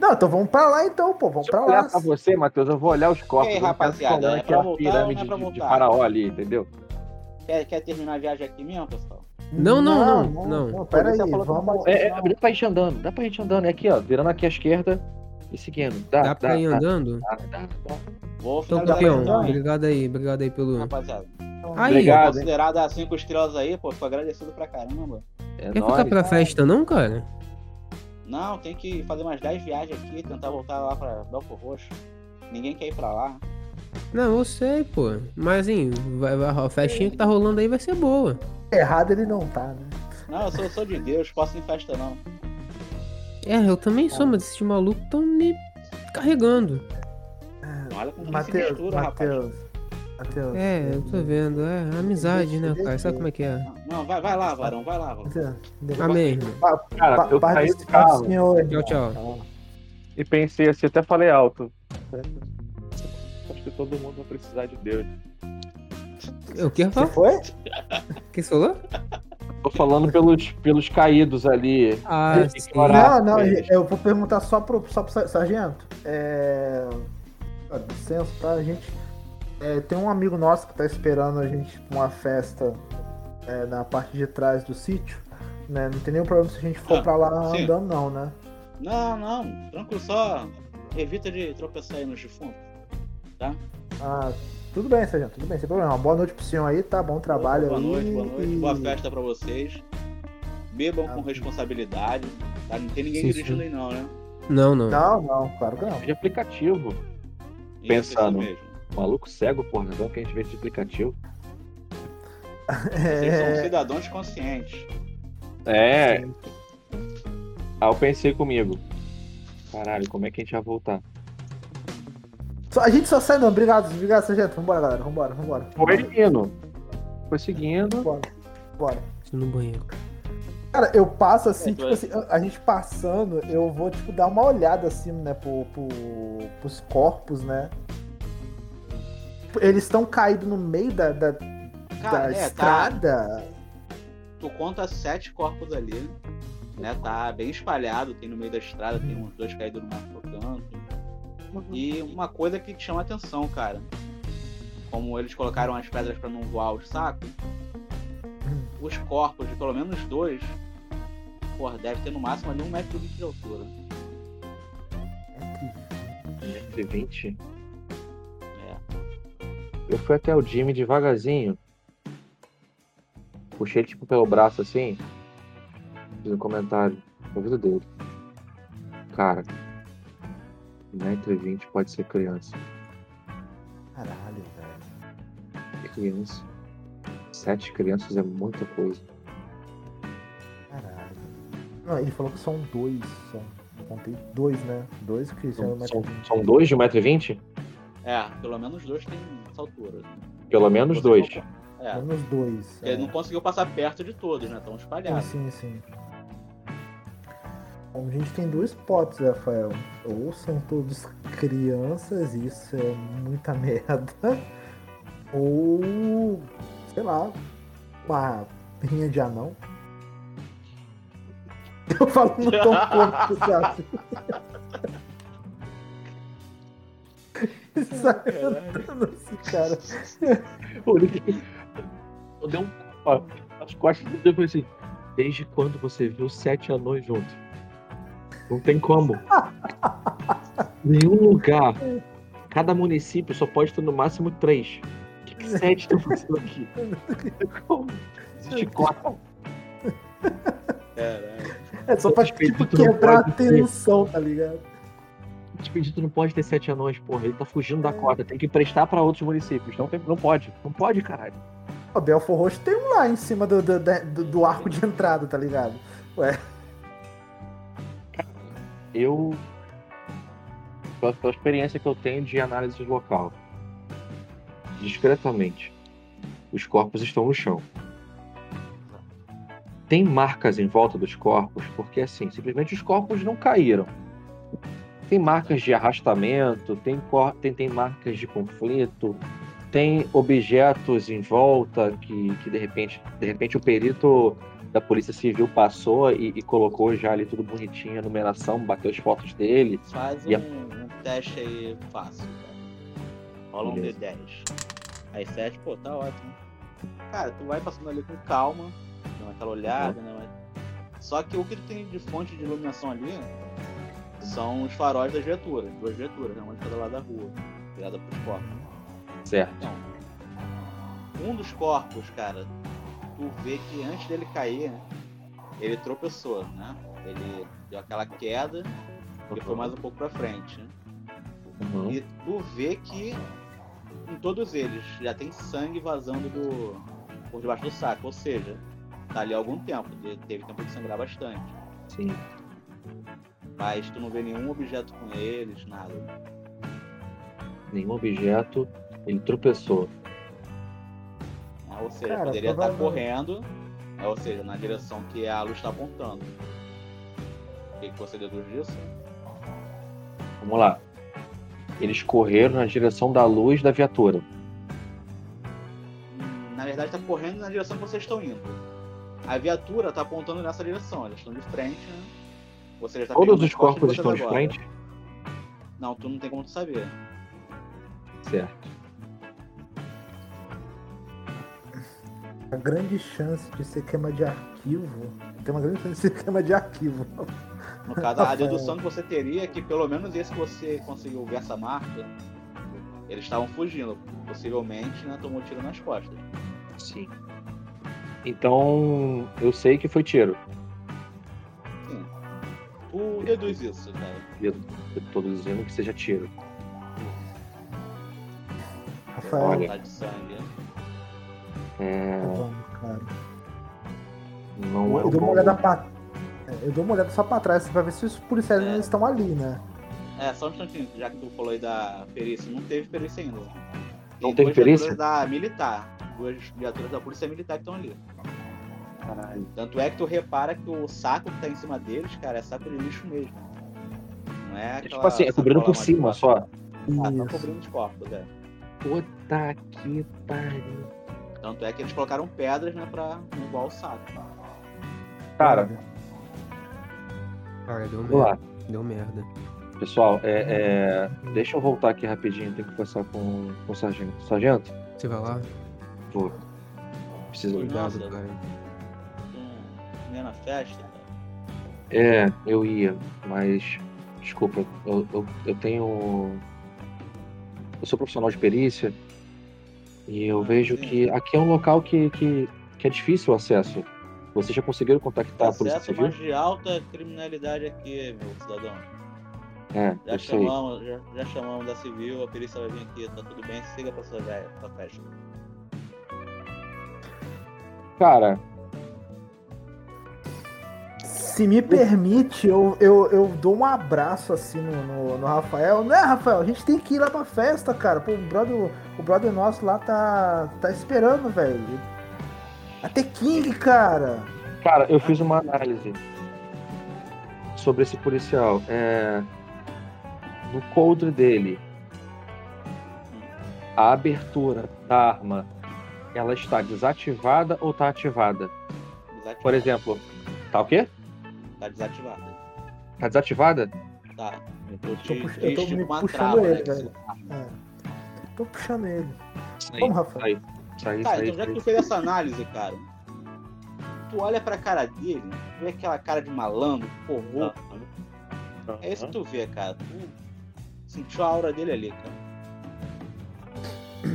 Não, então vamos pra lá então, pô. Vamos Se eu pra olhar lá. pra você, Matheus, eu vou olhar os corpos. E aí, eu não quero rapaziada, ficar olhando é pra aquela voltar ou não pirâmide é pra de- de, voltar? faraó ali, entendeu? Quer, quer terminar a viagem aqui mesmo, pessoal? Não, não, não, não. pera aí, Você falou que vamos. É, é, dá pra gente andando, dá pra gente andando. É aqui, ó, virando aqui à esquerda e seguindo. Dá, Dá pra ir dá, andando? dá, dá, dá. Vou Então, finalizar campeão, tá então, hein, obrigado aí, obrigado aí pelo. rapaziada. Aí, Obrigado. hein? Considerada as cinco estrelas aí, pô, fico agradecido pra caramba. É quer nóis. ficar pra festa, não, cara? Não, tem que fazer umas 10 viagens aqui, tentar voltar lá pra Belfor Roxo. Ninguém quer ir pra lá. Não, eu sei, pô. Mas assim, vai, vai- a festinha que tá rolando aí vai ser boa. Errado ele não tá, né? Não, eu sou, sou de Deus, posso ir em festa não. É, eu também sou, mas esses malucos tão me carregando. Olha com quem se Matheus, mistura, rapaz. Matheus. Matheus. É, eu tô vendo. É, amizade, né, cara? Sabe como é que é? Não, Não, vai, vai lá, varão, vai lá, varão. vendo. Amém, irmão. Cara, eu saí do assim. carro Senhor, Tchau, tchau. e pensei assim, até falei alto. Acho que todo mundo vai precisar de Deus. Eu quero falar. Você foi? O que você falou? Tô falando pelos, pelos caídos ali. Ah, Tem que sim. orar. Não, não, fez. eu vou perguntar só pro, só pro sargento. É. ah, Licença, tá? A gente. é, tem um amigo nosso que tá esperando a gente pra uma festa é, na parte de trás do sítio. Né? Não tem nenhum problema se a gente for Ah, pra lá sim. andando, não, né? Não, não, tranquilo, só evita de tropeçar aí nos defuntos. Ah, tudo bem, sargento, tudo bem, sem problema. Boa noite pro senhor aí, tá? Bom trabalho Boa aí. noite, boa noite. e- Boa festa pra vocês. Bebam Tá com responsabilidade. Tá? Não tem ninguém Sim, dirigindo sim. aí não, né? Não, não. Não, não, claro que não. De aplicativo. Isso, é Pensando. Isso mesmo. Maluco cego, porra, não que a gente vê de aplicativo. Vocês É, são cidadãos conscientes. É. Aí eu pensei comigo. Caralho, como é que a gente vai voltar? Só- A gente só sai não. Obrigado, obrigado, sargento. Vambora, galera. Vambora, vambora. Foi seguindo. Foi seguindo. Vambora. Vambora. Isso no banheiro. Cara, eu passo assim, É, tipo claro. assim, a- a gente passando, eu vou, tipo, dar uma olhada assim, né, pro, pro, pros corpos, né? Eles estão caídos no meio da, da, da Cara, é, tá. estrada. Tu conta sete corpos ali, né? Tá bem espalhado, tem no meio da estrada, tem uns dois caídos no mar pro canto. E uma coisa que chama atenção, cara. Como eles colocaram as pedras pra não voar os sacos, os corpos de pelo menos dois, porra, deve ter no máximo ali um metro e vinte de altura. 120. É. Eu fui até o Jimmy devagarzinho. Puxei ele tipo pelo braço assim. Fiz um comentário. A vida dele. Cara. 1,20m pode ser criança. Caralho, velho. Criança. Sete crianças é muita coisa. Caralho. Não, ele falou que são dois. São, eu contei dois, né? Dois que são São, mais são, são dois de 1,20m? É, pelo menos dois tem essa altura. Pelo menos Você dois. não- É, menos dois. ele não conseguiu passar perto de todos, né? Estão espalhados. Sim, sim, sim. Bom, a gente tem duas hipóteses, Rafael. Ou são todos crianças, e isso é muita merda. Ou, sei lá, uma rinha de anão. Eu falo no tom cômico, sabe? Sacanando assim, cara. Eu dei um tapa nas costas do dedo e falei assim: Desde quando você viu sete anões juntos? Não tem como. Nenhum lugar. Cada município só pode ter no máximo três. O que, que sete estão fazendo aqui? Não tem como. Existe cota. Caralho. É só pra tipo, quebrar a tensão, tá ligado? Expedito Tipo, não pode ter sete anões, porra. Ele tá fugindo da cota. Tem que emprestar pra outros municípios. Não, tem- não pode. Não pode, caralho. O Belfor Roxo tem um lá em cima do, do, da- do- do arco de entrada, tá ligado? eu pela, pela experiência que eu tenho de análise local discretamente os corpos estão no chão tem marcas em volta dos corpos porque assim simplesmente os corpos não caíram tem marcas de arrastamento tem cor- tem, tem marcas de conflito tem objetos em volta que, que de repente de repente o perito da Polícia Civil passou e, e colocou já ali tudo bonitinho, a numeração, bateu as fotos dele. Faz um, Yeah. um teste aí fácil, cara. Rola um Beleza. D10. Aí 7, pô, tá ótimo. Cara, tu vai passando ali com calma, dando aquela olhada, né? mas- Só que o que tu tem de fonte de iluminação ali são os faróis das viaturas, duas viaturas, né? Uma de cada lado da rua, virada pros corpos. Certo. Então, um dos corpos, cara, tu vê que antes dele cair, ele tropeçou, né? Ele deu aquela queda e foi mais um pouco pra frente. Uhum. E tu vê que em todos eles já tem sangue vazando do, por debaixo do saco, ou seja, tá ali há algum tempo, de- teve tempo de sangrar bastante. Sim. Mas tu não vê nenhum objeto com eles, nada. né? Nenhum objeto. Ele tropeçou. né? Ou seja, Cara, poderia estar provavelmente. correndo, né? ou seja, na direção que a luz está apontando. O que que você deduz disso? Vamos lá. Eles correram na direção da luz da viatura. na verdade tá correndo na direção que vocês estão indo. A viatura tá apontando nessa direção, eles estão de frente, né? Ou seja, tá Todos pegando os as costas corpos estão vocês de agora. frente? Não, tu não tem como tu saber. Certo. A grande chance de ser queima de arquivo. Tem uma grande chance de ser queima de arquivo. No caso, a Rafael. dedução que você teria é que pelo menos esse que você conseguiu ver essa marca, eles estavam fugindo. Possivelmente, né, tomou tiro nas costas. Sim. Então, eu sei que foi tiro. Tu deduz isso, né? cara. Eu, eu tô dizendo que seja tiro. Rafael, Olha. Tá de sangue. vamos, cara. É, Não é Eu o dou uma bom. olhada pra. é, Eu dou uma olhada só pra trás pra ver se os policiais É. ainda estão ali, né? É, É, só um instantinho, já que tu falou aí da perícia. Não teve perícia ainda. Né? Não Tem teve duas perícia? viaturas da militar. Duas viaturas da polícia militar que estão ali. Caralho. Tanto é que tu repara que o saco que tá em cima deles, cara, é saco de lixo mesmo. Não é É aquela tipo assim, é cobrindo por sacola cima mais- só. Ah, tá Isso. cobrindo os corpos, é. tá Puta que pariu. Tanto é que eles colocaram pedras, né, pra igual o saco. Cara, Uhum. Cara, deu vamos lá. merda. Deu merda. Pessoal, é, é, deixa eu voltar aqui rapidinho, tenho que conversar com, com o sargento. Sargento, Você vai lá? pô, preciso Nossa. Cuidado, cara. Hum, né, na festa. É, eu ia, mas desculpa, eu, eu, eu tenho. Eu sou profissional de perícia e eu Ah, vejo sim. que aqui é um local que, que, que é difícil o acesso. Vocês já conseguiram contactar Tá, a Polícia Acesso Civil? mais de alta criminalidade aqui, meu cidadão. É, Já eu sei. chamamos, já, já chamamos da civil, a perícia vai vir aqui, tá tudo bem, siga pra sua, véia, pra festa. Cara, Se me permite, eu, eu, eu dou um abraço assim no, no, no Rafael. Né, Rafael? A gente tem que ir lá pra festa, cara. Pô, o brother, o brother nosso lá tá, tá esperando, velho. Até King, cara. Cara, eu fiz uma análise sobre esse policial. É... No coldre dele, a abertura da arma, ela está desativada ou está ativada? Desativado. Por exemplo, tá o quê? Tá desativado. Tá desativada? Tá. Eu Tô te, pux- te eu tô estico me uma puxando trava, né, ele, que você- velho. É. Tô puxando ele. Sai, Vamos, Rafael. sai, sai, Tá, sai, então já que sai. tu fez essa análise, cara, tu olha pra cara dele, vê aquela cara de malandro, corrupto. É isso que tu vê, cara. Tu sentiu a aura dele ali, cara. Ó,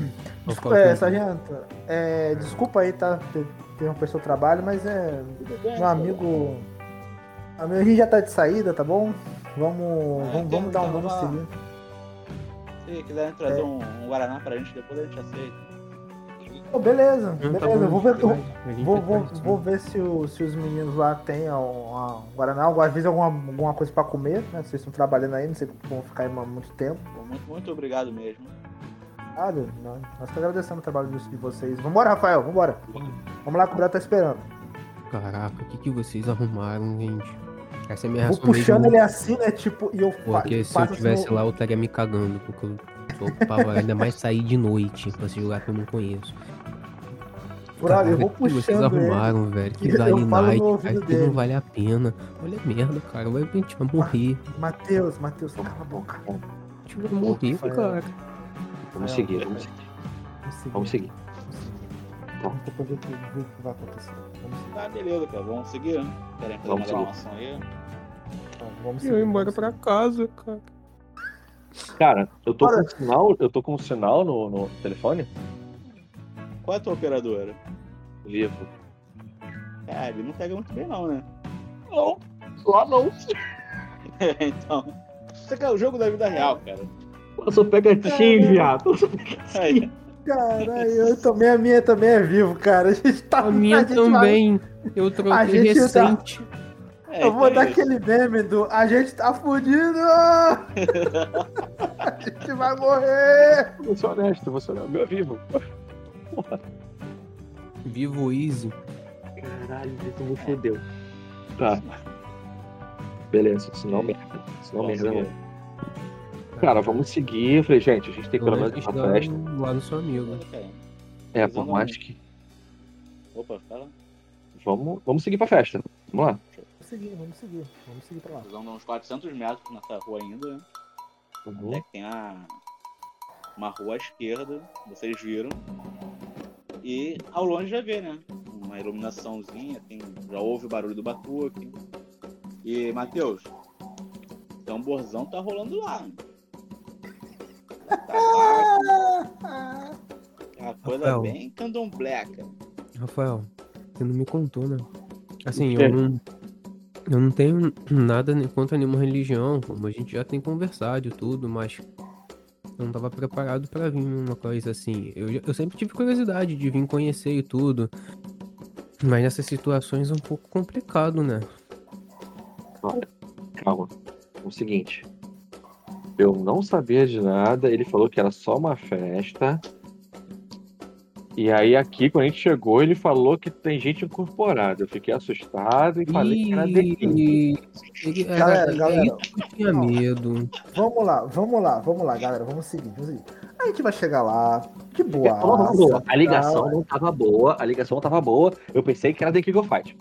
Desculpa, qual que é, é? sargento, é, desculpa aí, tá? ter- Interromper seu trabalho, mas é. Tudo bem, Meu amigo. Amigo, a gente já tá de saída, tá bom? Vamos, É, vamos, tenta vamos dar um vamos lá. seguir. Se quiserem trazer um, um Guaraná pra gente, depois a gente aceita. Pô, beleza, Não, beleza. tá eu bom, vou ver, tá eu bem. A gente vou, vai vou, pra isso, vou né? ver se, o- se os meninos lá têm um, um Guaraná, alguma- às vezes alguma, alguma coisa pra comer, né? Vocês estão trabalhando aí, não sei como vão ficar aí ma- muito tempo. Pô, Muito, muito obrigado mesmo. Ah, Deus, nós, nós que agradecemos o trabalho de, de vocês. Vambora, Rafael, vambora. Vamos lá que o Brad tá esperando. Caraca, o que, que vocês arrumaram, gente? Essa é a minha Vou reação puxando mesmo. ele assim, né? Tipo, e eu fa- Porque se eu faço assim, tivesse o- lá, eu estaria me cagando, porque eu sou apavorado. Ainda mais sair de noite pra esse lugar que eu não conheço. Brother, eu vou o que vocês puxando ele. arrumaram, velho. Que Eu falo no galinite, ouvido cara. Que dele. não vale a pena. Olha a merda, cara. Vai, a gente vai morrer. Matheus, Matheus, cala a boca. A gente vai morrer, Rafael. cara. Vamos É, seguir, vamos seguir. Vamos seguir. Vamos seguir. Vamos depois ver o que- ver o que vai acontecer. Vamos seguir. Tá, beleza, cara. Vamos seguir. né? Querem fazer Vamos uma gravação aí? então, Vamos Eu seguir. ia embora pra casa, cara. Cara, eu tô Bora. com um sinal, eu tô com um sinal no, no telefone Qual é a tua operadora? vivo. Cara, ele não pega muito bem não, né? Não, lá não. então. Isso aqui é o jogo da vida real, cara. Eu sou assim, É. pegatinho, viado. Aí, Caralho, eu também, a minha também é vivo, cara. A gente tá. A minha gente também. Eu A troquei gente tá- recente. é, vai- eu vou então dar é isso. aquele meme do A gente tá fudido! a gente vai morrer! Vou ser honesto, vou ser honesto. Meu é vivo. Vivo Easy. Caralho, isso me fodeu. Tá. Beleza, sinal merda. Sinal Vamos merda seguir. não. Cara, vamos seguir. Eu falei, gente, a gente tem que pelo menos ir pra lá, é festa. tá lá no seu amigo. Cara, É, por mais que. Opa, fala. Vamos, vamos seguir pra festa. Vamos lá. Vamos seguir, vamos seguir. Vamos seguir pra lá. Eles andam uns 400 metros nessa rua ainda, né? Uhum. Até né, que tem a... uma rua à esquerda, vocês viram. E ao longe já vê, né? Uma iluminaçãozinha, tem... já ouve o barulho do batuque. E, Matheus, tamborzão tá rolando lá. né? Tá lá, uma coisa Rafael. bem candomblé, cara. Rafael, você não me contou, né? Assim, quê? eu não, eu não tenho nada ne- contra nenhuma religião, como a gente já tem conversado e tudo, mas eu não tava preparado pra vir uma coisa assim. Eu, já- eu sempre tive curiosidade de vir conhecer e tudo, mas nessas situações é um pouco complicado, né? Calma. É o seguinte. Eu não sabia de nada, ele falou que era só uma festa. E aí aqui, quando a gente chegou, ele falou que tem gente incorporada. Eu fiquei assustado e falei que era The E... é, Ele, Galera, era- galera. ele não tinha medo. Vamos lá, vamos lá, vamos lá, galera. Vamos seguir, vamos seguir. A gente vai chegar lá, de boa. A ligação não tava boa, a ligação não tava boa. Eu pensei que era The King of Fight.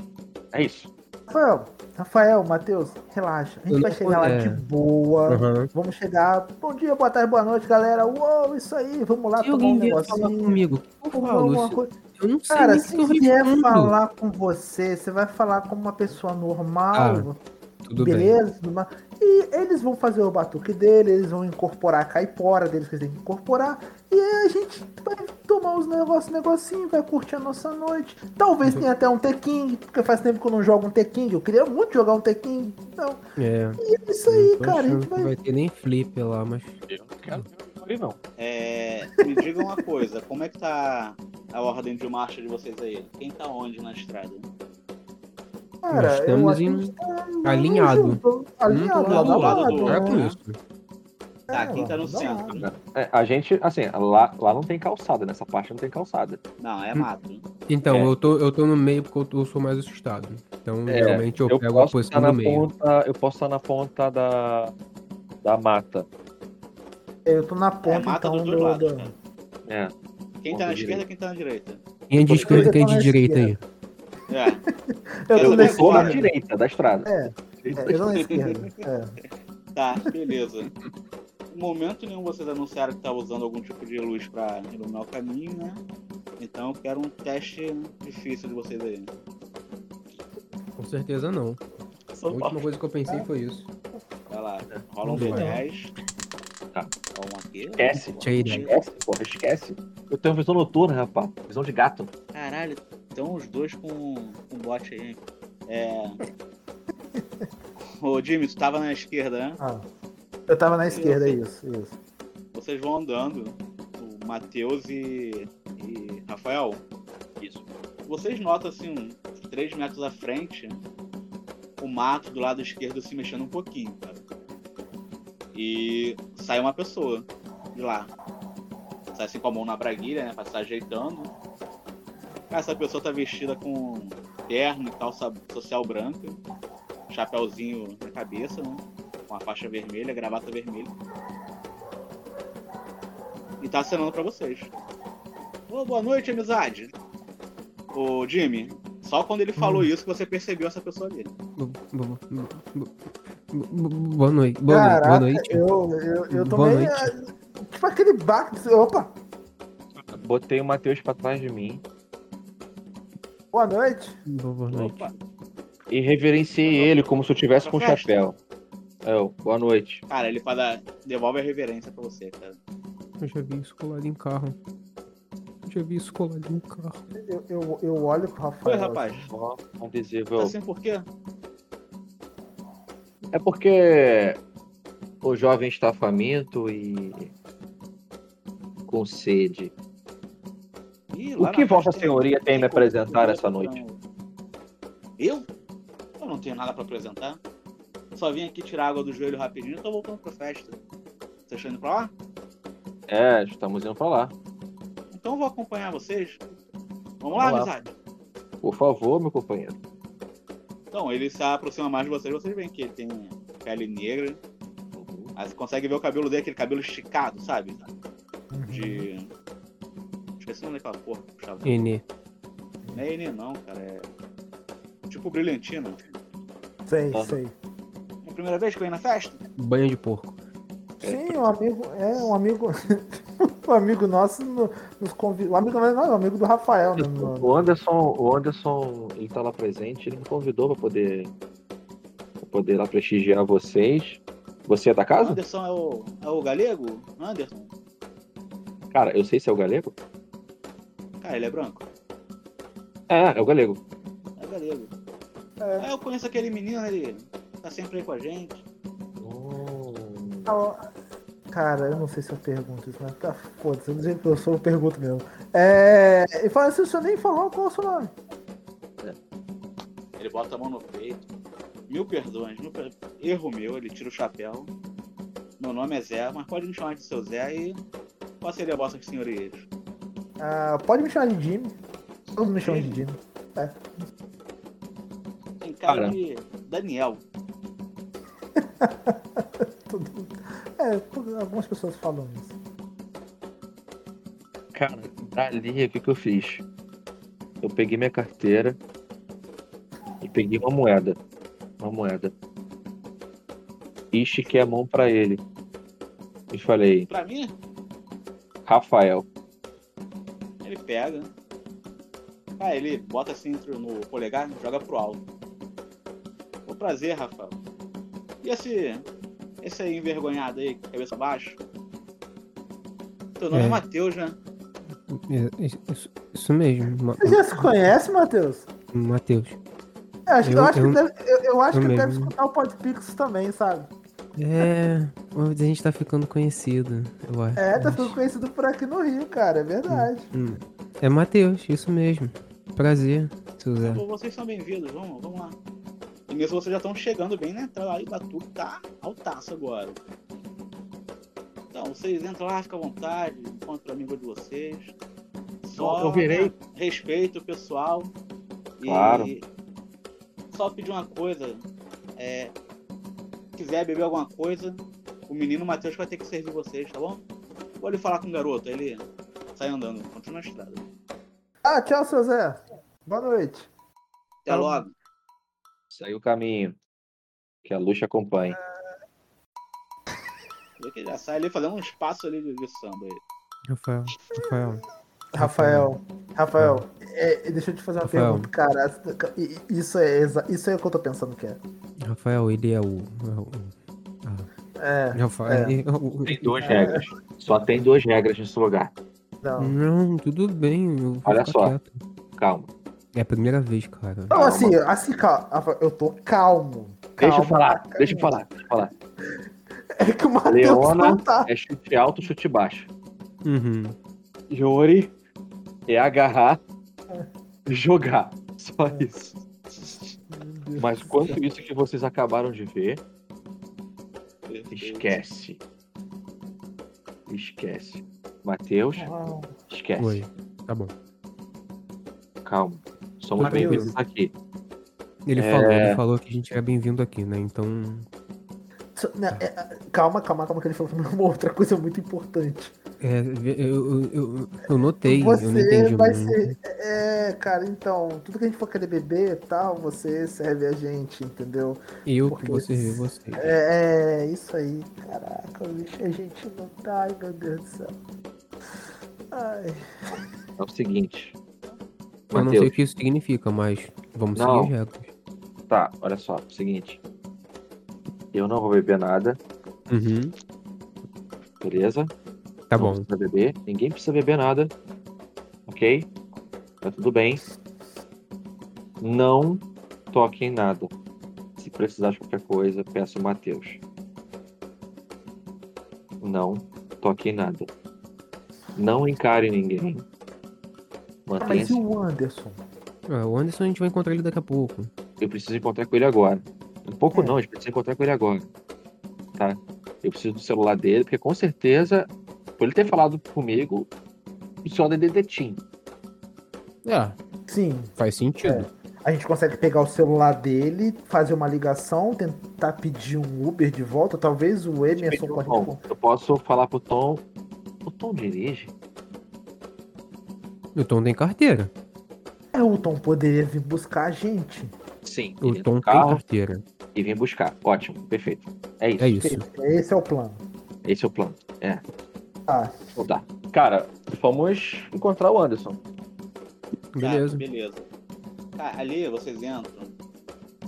É isso. Rafael, Rafael, Matheus, relaxa. A Eu gente vai não chegar lá puder. de boa. Uhum. Vamos chegar. Bom dia, boa tarde, boa noite, galera. Uou, isso aí. Vamos lá Se tomar um alguém vier falar negocinho. comigo, eu comprar falo, alguma se- coisa. eu não sei Cara, nem o que se eu vier respondo. falar com você, você vai falar como uma pessoa normal, Tudo bem. beleza? Tudo mais. E eles vão fazer o batuque dele, eles vão incorporar a caipora deles que eles têm que incorporar. E a gente vai tomar os negócios, negocinho, vai curtir a nossa noite. Talvez Uhum. tenha até um T-King, porque faz tempo que eu não jogo um T-King. Eu queria muito jogar um T-King. Então, É. e é isso aí, Não tô cara. A achando gente que vai. vai ter nem flip lá, mas. Eu não quero ver não. É, me diga uma coisa, como é que tá a ordem de marcha de vocês aí? Quem tá onde na estrada? Cara, Nós eu estamos acho que em- a gente tá alinhado. junto, Alinhado, um do lado do lado, lado, do É lado. por né? isso. Tá, quem tá no lado do centro? lado. É, a gente, assim, lá, lá não tem calçada, nessa parte não tem calçada. Não, é mato. Então, É. eu, tô, eu tô no meio porque eu, tô- eu sou mais assustado. Então, É, geralmente eu, Eu pego a posso posição estar do na meio. ponta, eu posso estar na ponta da, da mata. Eu tô na É ponta, mata então. dos dois do- lados. do- cara. É. Quem tá na Ponta direita. esquerda, quem tá na direita? Quem é de Eu esquerda tô e quem é na de direita aí? É, Eu Eu tô tô na na Ou na né? esquerda. direita da estrada. É, é, eu tô na esquerda. É. tá, beleza. Em momento nenhum vocês anunciaram que tá usando algum tipo de luz pra iluminar o caminho, né? Então eu quero um teste difícil de vocês aí. Com certeza não. A última coisa que eu pensei foi isso. Vai lá, rola um Vamos lá. D10. Tá. Rola um aqui. Esquece. Tirei. Esquece, porra, esquece. Eu tenho visão noturna, rapaz. Visão de gato. Caralho, estão os dois com, com bot aí. hein? É. Ô Jimmy, tu tava na esquerda, né? Ah, eu tava na esquerda, é isso, isso. Vocês vão andando, o Matheus e, e Rafael. Isso. Vocês notam, assim, uns 3 metros à frente, o mato do lado esquerdo se mexendo um pouquinho, cara. E sai uma pessoa de lá. Sai assim com a mão na braguilha, né? Pra se ajeitando. Cara, Essa pessoa tá vestida com terno e calça social branca, chapéuzinho na cabeça, né? Com a faixa vermelha, gravata vermelha e tá acenando pra vocês. Ô, boa noite, amizade. Ô, Jimmy, só quando ele falou isso que você percebeu essa pessoa ali. Bo- bo- bo- bo- bo- Boa noite. Boa noite. Boa Caraca, noite. eu, eu, eu Tipo, Boa tomei. noite. ah, Tipo aquele baque. Opa, Botei o Matheus pra trás de mim boa noite. Bo- Boa noite. Opa. e reverenciei ele como se eu tivesse com um chapéu. Eu, boa noite. Cara, ele faz a... devolve a reverência pra você, tá? cara. Eu já vi isso colado em carro. Eu já vi isso colado em carro. Eu, eu, eu olho pro Rafael. Oi, rapaz. Ó, um adesivo. Tá eu- assim por quê? É porque o jovem está faminto e com sede. Ih, O lá que na Vossa frente tem- Senhoria tem a me apresentar essa noite? Eu? Eu não tenho nada pra apresentar. Só vim aqui tirar água do joelho rapidinho e tô voltando pra festa. Vocês estão indo pra lá? É, estamos indo pra lá. Então eu vou acompanhar vocês. Vamos lá, Vamos lá. amizade. Por favor, meu companheiro. Então, ele se aproxima mais de vocês, vocês veem que ele tem pele negra, mas você consegue ver o cabelo dele, aquele cabelo esticado, sabe? De. Esqueci o nome daquela porra que puxava. N. Não é Enem, não, cara. É. Tipo brilhantina. Sei, Aham. sei. É a primeira vez que eu ia na festa? Banho de porco. Sim, um amigo. É, um amigo. um amigo nosso no- nos convidou. Um amigo não, não, um amigo do Rafael. No, no- O Anderson, o Anderson, ele tá lá presente, ele me convidou pra poder, pra poder ir lá prestigiar vocês. Você é da casa? Anderson é o. é o galego? Anderson? Cara, eu sei se é o galego. Cara, ele é branco. É, é o galego. É galego. É. Ah, eu conheço aquele menino, ele tá sempre aí com a gente. Hum. Ah, Cara, eu não sei se eu pergunto isso, mas tá foda-se, do jeito que eu sou, eu pergunto mesmo. É. E fala assim, o senhor nem falou qual é o seu nome. Ele bota a mão no peito. Mil perdões, mil per... erro meu, ele tira o chapéu. Meu nome é Zé, mas pode me chamar de seu Zé e qual seria a vossa senhorias? Ah, pode me chamar de Jimmy. Todo mundo me chama de Jimmy. Tem cara Cara. de Daniel. Todo mundo- É, todo- algumas pessoas falam isso. Cara, dali, o que, que eu fiz? Eu peguei minha carteira e peguei uma moeda. Uma moeda. E estiquei a mão pra ele. E falei, Pra mim, Rafael. ele pega. Ah, ele bota assim entre- no polegar e joga pro alto. Foi um prazer, Rafael. E esse. Esse aí envergonhado aí, cabeça baixa? Teu nome é, É. Matheus, né? É, Isso, isso- isso mesmo, Ma- Você já se conhece, Matheus? Matheus. Eu É, acho, eu Eu- acho que eu- deve, eu, eu acho eu que ele mesmo. deve escutar o Podpix também, sabe? É, mas a gente tá ficando conhecido, eu acho. É, tá ficando conhecido por aqui no Rio, cara, é verdade. Hum, É Matheus, isso mesmo. Prazer, seu Zé. Pô, vocês são bem-vindos, vamos, vamos lá. E mesmo vocês já estão chegando bem na entrada lá e o Batuque tá altaço agora. Então, vocês entram lá, ficam à vontade, encontram o amigo de vocês. Só né, Eu virei. respeito o pessoal. E Claro. só pedir uma coisa. É, se quiser beber alguma coisa, o menino Matheus vai ter que servir vocês, tá bom? Vou ali falar com o garoto, ele sai andando, continua na estrada. Ah, tchau, seu Zé. Boa noite. Até Tá logo. Saiu o caminho. Que a luz te acompanhe. Vê que ele já sai ali fazendo um espaço ali de, de samba aí. Rafael, Rafael. Rafael, Rafael, é, é, deixa eu te fazer uma Rafael. pergunta, cara. I- i- Isso é, exa- isso é o que eu tô pensando que é. Rafael, ele é o. é o- É, Rafael, ele é o- Tem duas regras. Só tem duas regras nesse lugar. não. Não, tudo bem. Eu vou Olha ficar só. quieto. Calma. É a primeira vez, cara. Não, assim, assim, calma. Rafael, Eu tô calmo. Deixa eu Calma. falar, deixa eu falar, deixa eu falar. É que o Matheus Leona- não tá. É chute alto, chute baixo. Uhum. Jori é agarrar, jogar. Só isso. Mas quanto isso que vocês acabaram de ver, esquece. Esquece. Matheus, Uau. esquece. Oi. Tá bom. Calma. Somos Matheus. bem-vindos aqui. Ele É. falou, ele falou que a gente era bem-vindo aqui, né? Então. Isso- não, é, é, Calma, calma, calma, que ele falou pra mim uma outra coisa muito importante. é, eu, eu, eu, eu notei. eu não Você entendi. vai muito. ser. É, cara, então, tudo que a gente for querer beber e tal, você serve a gente, entendeu? Eu que Porque- você vê você. É, é isso aí. Caraca, bicho, a gente não tá, ai meu Deus do céu. Ai. É o seguinte. Eu não sei o Matheus, que isso significa, mas vamos Não. seguir as regras. tá, olha só, é o seguinte. Eu não vou beber nada, Uhum. beleza? Tá não bom. precisa beber. Ninguém precisa beber nada. Ok? Tá tudo bem. Não toquem em nada. Se precisar de qualquer coisa, peço o Matheus. Não toquem em nada. Não encarem ninguém. Mas e Mantenha-se. o Anderson? É, o Anderson a gente vai encontrar ele daqui a pouco. Eu preciso encontrar com ele agora. Um pouco É. não, a gente precisa encontrar com ele agora. Tá? Eu preciso do celular dele, porque com certeza, por ele ter falado comigo, o celular dele é detinho. É, Sim, faz sentido. a gente consegue pegar o celular dele, fazer uma ligação, tentar pedir um Uber de volta, talvez o Emerson corre Bom, eu posso falar pro Tom. O Tom dirige? O Tom tem carteira. É, o Tom poderia vir buscar a gente. Sim. O Ele é um entra Tom no tem carro carteira. e vem buscar. Ótimo, perfeito. É isso. É isso. Esse é o plano. Esse é o plano. É. Tá. Então tá. Cara, vamos encontrar o Anderson. Tá, Beleza. beleza. Tá, ali vocês entram.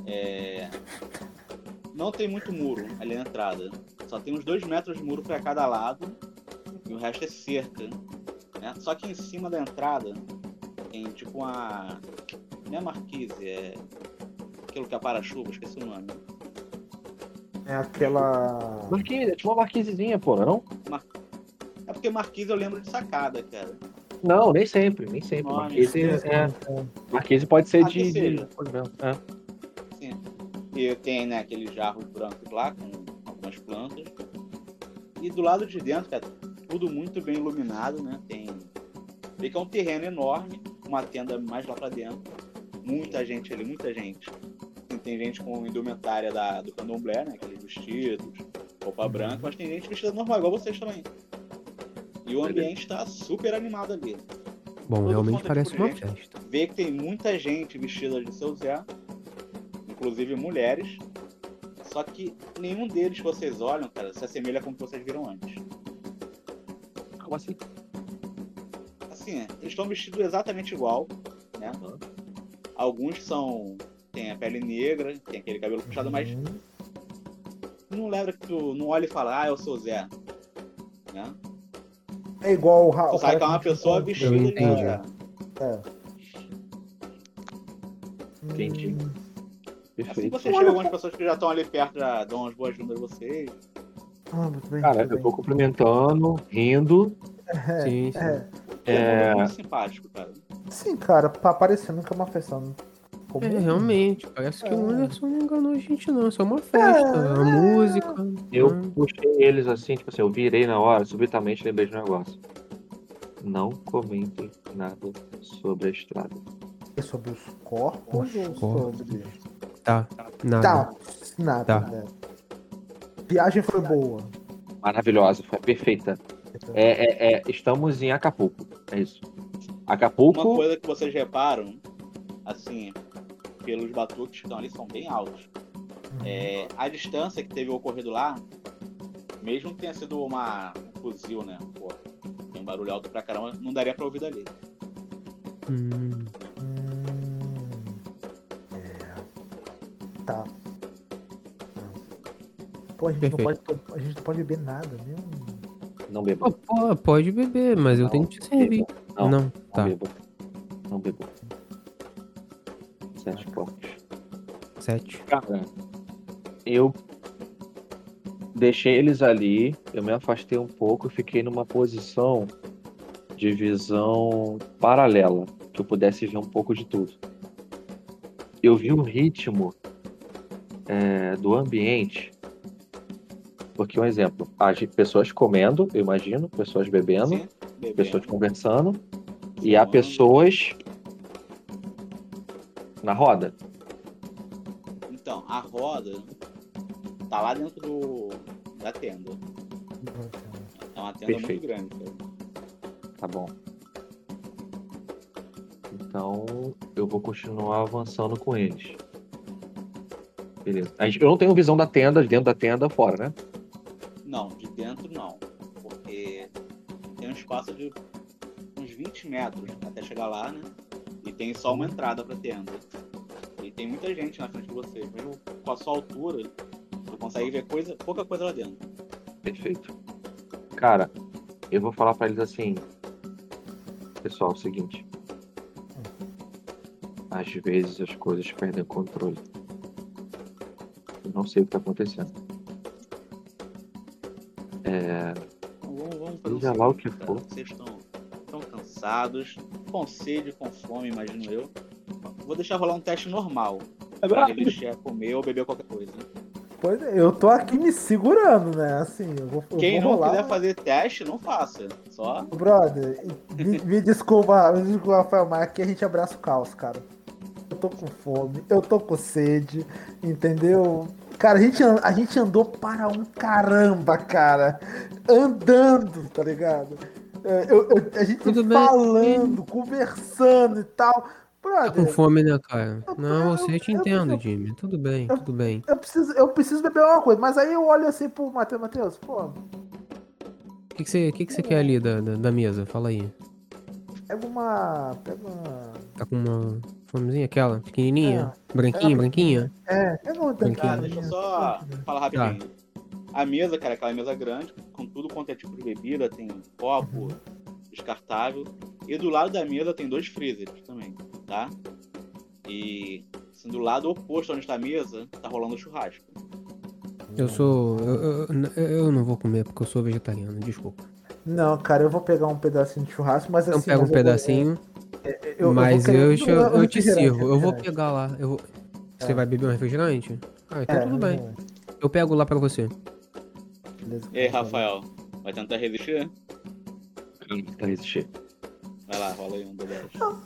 é, Não tem muito muro ali na entrada. Só tem uns dois metros de muro pra cada lado. E o resto é cerca. né? Só que em cima da entrada tem tipo uma. Não é marquise, é. Aquilo que é para-chuva, esqueci o nome. É aquela. Marquise, tinha é tipo uma marquisezinha, pô, não? É porque marquise eu lembro de sacada, cara. é não? Não, nem sempre, nem sempre. Olha, Marquise, é... Marquise pode ser Ah, que de. de- seja. pode mesmo. É. E tem né, aqueles jarros brancos lá com algumas plantas. E do lado de dentro, cara, tudo muito bem iluminado, né? Tem. Vê que é um terreno enorme, uma tenda mais lá pra dentro. Muita gente ali, muita gente. Tem- Tem gente com indumentária da, do candomblé, né? Aqueles vestidos, roupa branca, mas tem gente vestida normal, igual vocês também. E o ambiente tá super animado ali. Bom, Todo realmente ponto é parece uma diferente. festa. vê que tem muita gente vestida de seu Zé, inclusive mulheres. Só que nenhum deles que vocês olham, cara, se assemelha com o que vocês viram antes. Como assim? Assim, eles estão vestidos exatamente igual. né? Aham. Alguns são. tem a pele negra, tem aquele cabelo puxado, mas Uhum. não lembra que tu não olha e fala, ah, é o seu Zé. Né? É igual o Ra- Tu o é. sabe cara que é uma que a gente pessoa falou. vestida Eu de entendi. Zé. Entendi. Hum, Assim que Perfeito. vocês chegam, algumas pessoas que já estão ali perto já dão umas boas-vindas a vocês. Ah, muito bem. Cara, muito eu bem. tô cumprimentando, rindo. É, Sim, sim. é. É... Muito simpático, cara. Sim, cara, tá parecendo que é uma festa. né? Como- É, realmente, parece que o É. Anderson não enganou a gente, não. É só uma festa, a música. Eu né? puxei eles assim, tipo assim, eu virei na hora, subitamente lembrei de um negócio. Não comentem nada sobre a estrada. É sobre os corpos ou corpos. sobre. Tá, nada. Tá, nada. Tá. né? Viagem foi boa. Maravilhosa, foi perfeita. É, é, é, estamos em Acapulco, é isso. Acapulco, Uma coisa que vocês reparam, assim, pelos batuques que estão ali, são bem altos. Hum, É, a distância que teve ocorrido lá, mesmo que tenha sido uma, um fuzil, né? Pô, tem um barulho alto pra caramba, não daria pra ouvir dali. Hum, Hum, é. Tá. Pô, a gente, não pode, Perfeito. to- a gente não pode beber nada mesmo. não bebo. pô, pô, pode beber, mas eu Não, tenho que te servir. bebo, Não, não. tá. Não bebo. Não bebo. Sete pontos. Sete. Cara, eu deixei eles ali, eu me afastei um pouco e fiquei numa posição de visão paralela, que eu pudesse ver um pouco de tudo. Eu vi o ritmo é, do ambiente, porque um exemplo, as pessoas comendo, eu imagino, pessoas bebendo, Sim, bebendo, pessoas conversando, e há fumando. pessoas na roda. Então, a roda tá lá dentro do, da tenda. É uma tenda muito Perfeito. grande. cara. Tá bom. Então eu vou continuar avançando com eles. Beleza. A gente- eu não tenho visão da tenda, de dentro da tenda, fora, né? Não, de dentro não. Porque tem um espaço de uns 20 metros até chegar lá, né? E tem só uma entrada pra tenda. E tem muita gente na frente de você. Mesmo com a sua altura, você consegue ver coisa, pouca coisa lá dentro. Perfeito. Cara, eu vou falar pra eles assim. Pessoal, é o seguinte. Às vezes as coisas perdem o controle. Eu não sei o que tá acontecendo. Então, vamos, vamos fazer um Seja lá o seguinte, que cara. for. Vocês estão tão cansados, com sede, com fome, imagino eu. Vou deixar rolar um teste normal. É Pra ele chegar a comer ou beber qualquer coisa. Pois é, eu tô aqui me segurando, né? Assim, eu vou, eu Quem vou não rolar. um quiser fazer teste, não faça. Só Brother, me, me desculpa, me desculpa, Rafael Maia, que a gente abraça o caos, cara. Eu tô com fome, eu tô com sede, entendeu? Cara, a gente, an- a gente andou para um caramba, cara. Andando, tá ligado? É, eu- eu- a gente Tudo bem. falando, conversando e tal. Tá com Brother, fome, né, cara? Eu- Não, você eu te eu- entendo, eu- Jimmy. Tudo bem, eu- tudo bem. eu preciso, eu preciso beber uma coisa, mas aí eu olho assim pro Matheus, Matheus, pô, O que, que você, o que que você quer ali da, da, da mesa? Fala aí. pega uma. Pega uma. Tá com uma fomezinha aquela? Pequenininha? branquinha, É. branquinha? É, pega uma Ah, Tranquilo. tancada. deixa eu né? só falar rapidinho. A mesa, cara, é aquela mesa grande, com tudo quanto é tipo de bebida, tem copo, descartável. E do lado da mesa tem dois freezers também, tá? E assim, do lado oposto onde está a mesa, tá rolando churrasco. Eu sou. Eu, eu, eu- eu não vou comer porque eu sou vegetariano, desculpa. Não, cara, eu vou pegar um pedacinho de churrasco, mas Então assim. pega eu um vou- pedacinho, eu- eu vou mas querer- eu, te- eu, não, te refrigerante, É, sirvo. Eu vou refrigerante. pegar lá. Eu vou- Você É. vai beber um refrigerante? Ah, então É, tudo bem. refrigerante. Eu pego lá pra você. Beleza. E aí, Rafael, vai tentar resistir? Tá resistindo. Vai lá, rola aí um D10.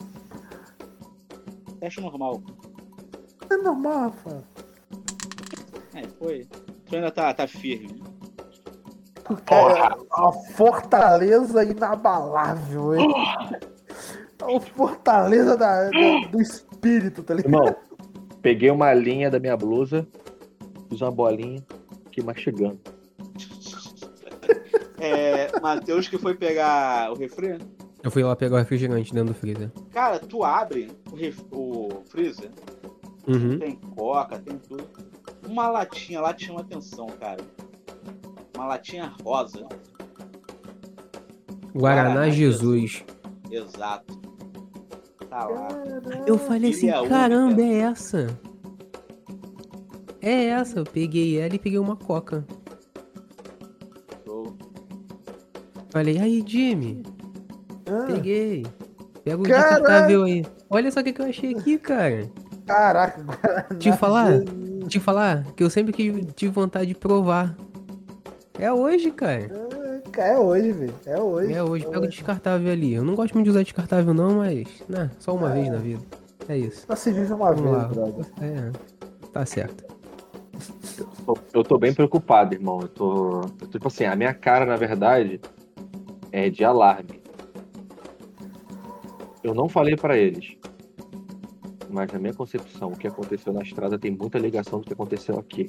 Teste normal. É normal, Rafael. É, foi. Tu ainda tá, tá firme. Cara, a fortaleza inabalável, hein? É o fortaleza da- da- do espírito, tá ligado? Irmão, peguei uma linha da minha blusa, fiz uma bolinha, fiquei mastigando. É, Matheus que foi pegar o refri. Eu fui lá pegar o refrigerante dentro do freezer. Cara, tu abre o, ref- o freezer, Uhum. tem coca, tem tudo. Uma latinha lá te chama atenção, cara. Uma latinha rosa. Guaraná, Guaraná Jesus. Exato. Tá lá. Eu falei assim, Ilha única. caramba, é essa. É essa, eu peguei ela e peguei uma coca. show. Falei, aí, Jimmy, Ah, peguei. Pega o Caraca! descartável aí. Olha só o que que eu achei aqui, cara. Caraca, Te falar, Jesus. te falar que eu sempre que tive vontade de provar. É hoje, cara. É hoje, velho. É hoje. É hoje. Pega o descartável ali. Eu não gosto muito de usar descartável, não, mas. Né, só uma vez na vida. É isso. Só se vive uma Vamos lá. vez, brother. É, tá certo. Tô- Eu tô bem preocupado, irmão. Eu tô, eu tô, Tipo assim, a minha cara, na verdade, é de alarme. Eu não falei pra eles. Mas na minha concepção, o que aconteceu na estrada tem muita ligação do que aconteceu aqui.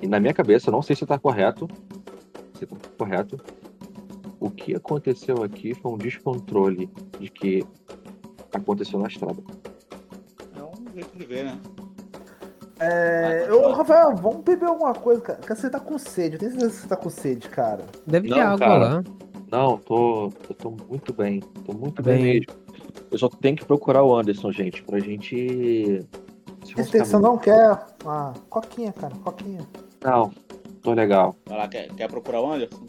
E na minha cabeça, eu não sei se tá correto. Se tá correto. O que aconteceu aqui foi um descontrole de que aconteceu na estrada. É um jeito de ver, né? É, ô, Rafael, vamos beber alguma coisa, cara. Porque você tá com sede. Eu tenho certeza que você tá com sede, cara. Deve ter Não, água cara. lá. Não, tô, eu tô muito bem. Tô muito Tá bem. bem. mesmo. Eu só tenho que procurar o Anderson, gente, pra gente. se você tá Extensão muito- não quer. Ah, coquinha, cara. Coquinha. Não, tô legal. Vai lá, quer, quer procurar o Anderson?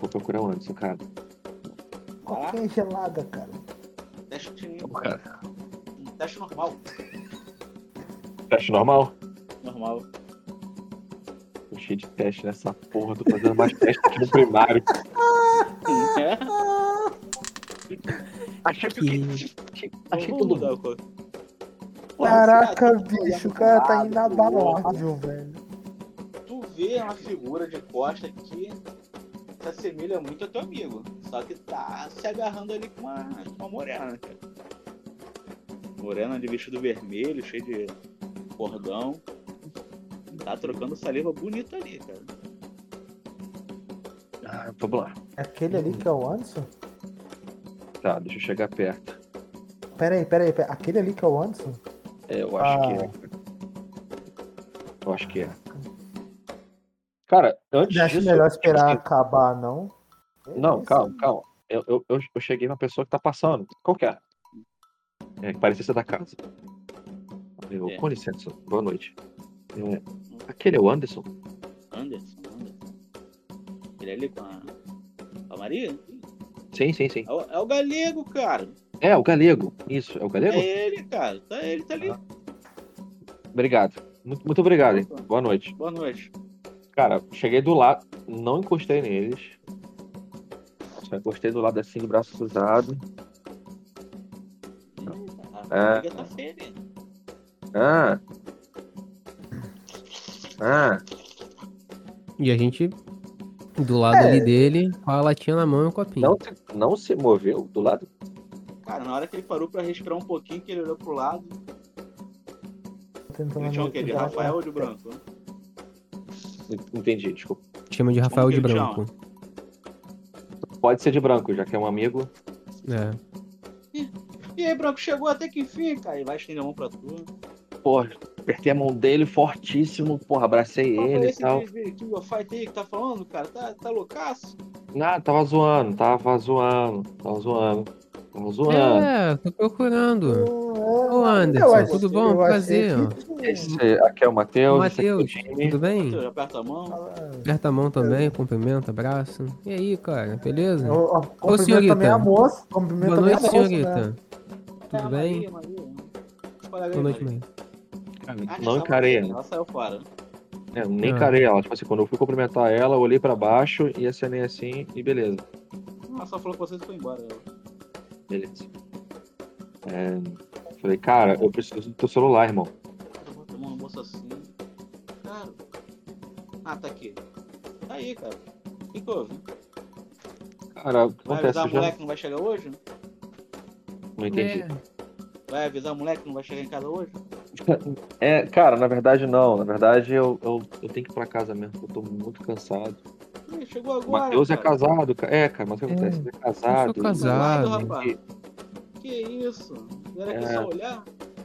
Vou procurar o Anderson, cara. Vai lá, Coquinha gelada, cara. teste, cara. um teste normal. Teste normal? Normal. Tô cheio de teste nessa porra, tô fazendo mais teste que no primário. Ah, É? Achei Que- Achei Vamos tudo mudar o co- é Porra, Caraca, esse cara bicho, o cara tá acostumado, porra. Uhum. inabalável, velho. Tu vê uma figura de costa que se assemelha muito a teu amigo. Só que tá se agarrando ali com uma, com uma morena, cara. Morena de vestido vermelho, cheio de cordão. Tá trocando saliva bonita ali, cara. Ah, vamos lá. É Aquele ali que é Uhum. o Anderson? Tá, deixa eu chegar perto. Pera aí, pera aí, pera- Aquele ali que é o Anderson? É, eu acho Ah. que é. Eu acho que é. Cara, antes Não acho disso, melhor tipo assim, esperar acabar, não. Não, Isso. calma, calma. Eu, eu, eu, eu cheguei na pessoa que tá passando. Qual que é? É, que parecia ser da casa. Eu, É. Hum. Com licença, boa noite. É, aquele é o Anderson? Anderson, Anderson. Ele ali com a, com a Maria? Sim, sim, sim. É o, é o galego, cara. É, o galego. Isso, é o galego? É ele, cara. Tá ele, tá ali. Obrigado. Muito, muito obrigado, hein? Boa noite. Boa noite. Cara, cheguei do lado, não encostei neles. Só encostei do lado assim, de braço cruzado. A amiga tá feia, né? Ah! Ah! E a gente, do lado É. ali dele, com a latinha na mão e o copinho. Não, se- não se moveu do lado? Cara, na hora que ele parou pra respirar um pouquinho, que ele olhou pro lado, Tô tá tentando né? ele tinha o quê? De lembrar. Rafael ou de branco? Entendi, desculpa. Chama de Rafael Como de que ele Branco. Pode ser de branco, já que é um amigo. É. E aí, branco, chegou até que enfim, cara. E vai estender a mão pra tu. Porra, apertei a mão dele fortíssimo, porra, abracei Qual foi ele e esse tal. que- que o fight aí que tá falando, cara? Tá, tá loucaço? Ah, tava zoando, tava zoando, tava zoando, tava zoando. é, tô procurando. Ô, Ô, Anderson, eu achei- tudo bom? eu achei Prazer, que é tinha- Esse aqui é o Matheus, esse aqui é o Matheus, Jimmy. tudo bem? Tu aperta a mão. Aperta a mão também, cumprimenta, abraço. E aí, cara, beleza? Eu- ó, Cumprimento senhorita. também a moça. Cumprimento Boa também a noite, moça. né? senhorita. Tudo bem? Maria, Maria. Fala aí, Boa noite, Maria. mãe. Ah, Não tá, encarei Maria, ela. Ela saiu fora. É, eu nem Ah. carei ela. Tipo assim, quando eu fui cumprimentar ela, eu olhei pra baixo e acenei assim e beleza. Ela só falou com vocês e foi embora. ela. Beleza. É, falei, cara, eu preciso do teu celular, irmão. Eu vou tomar um almoço assim. Cara. Ah, tá aqui. Tá aí, cara. O que que houve? Cara, o que Vai acontece? avisar Eu o já moleque que não vai chegar hoje? não entendi. Vai avisar o moleque que não vai chegar em casa hoje? É, cara, na verdade não. Na verdade, eu, eu, eu tenho que ir pra casa mesmo, porque eu tô muito cansado. Ih, chegou O agora. Matheus é cara. casado, cara. É, cara, mas o que É, acontece? Ele é eu casado. sou Tá zoado, Casado. rapaz. Que isso? Não Era que É. só olhar?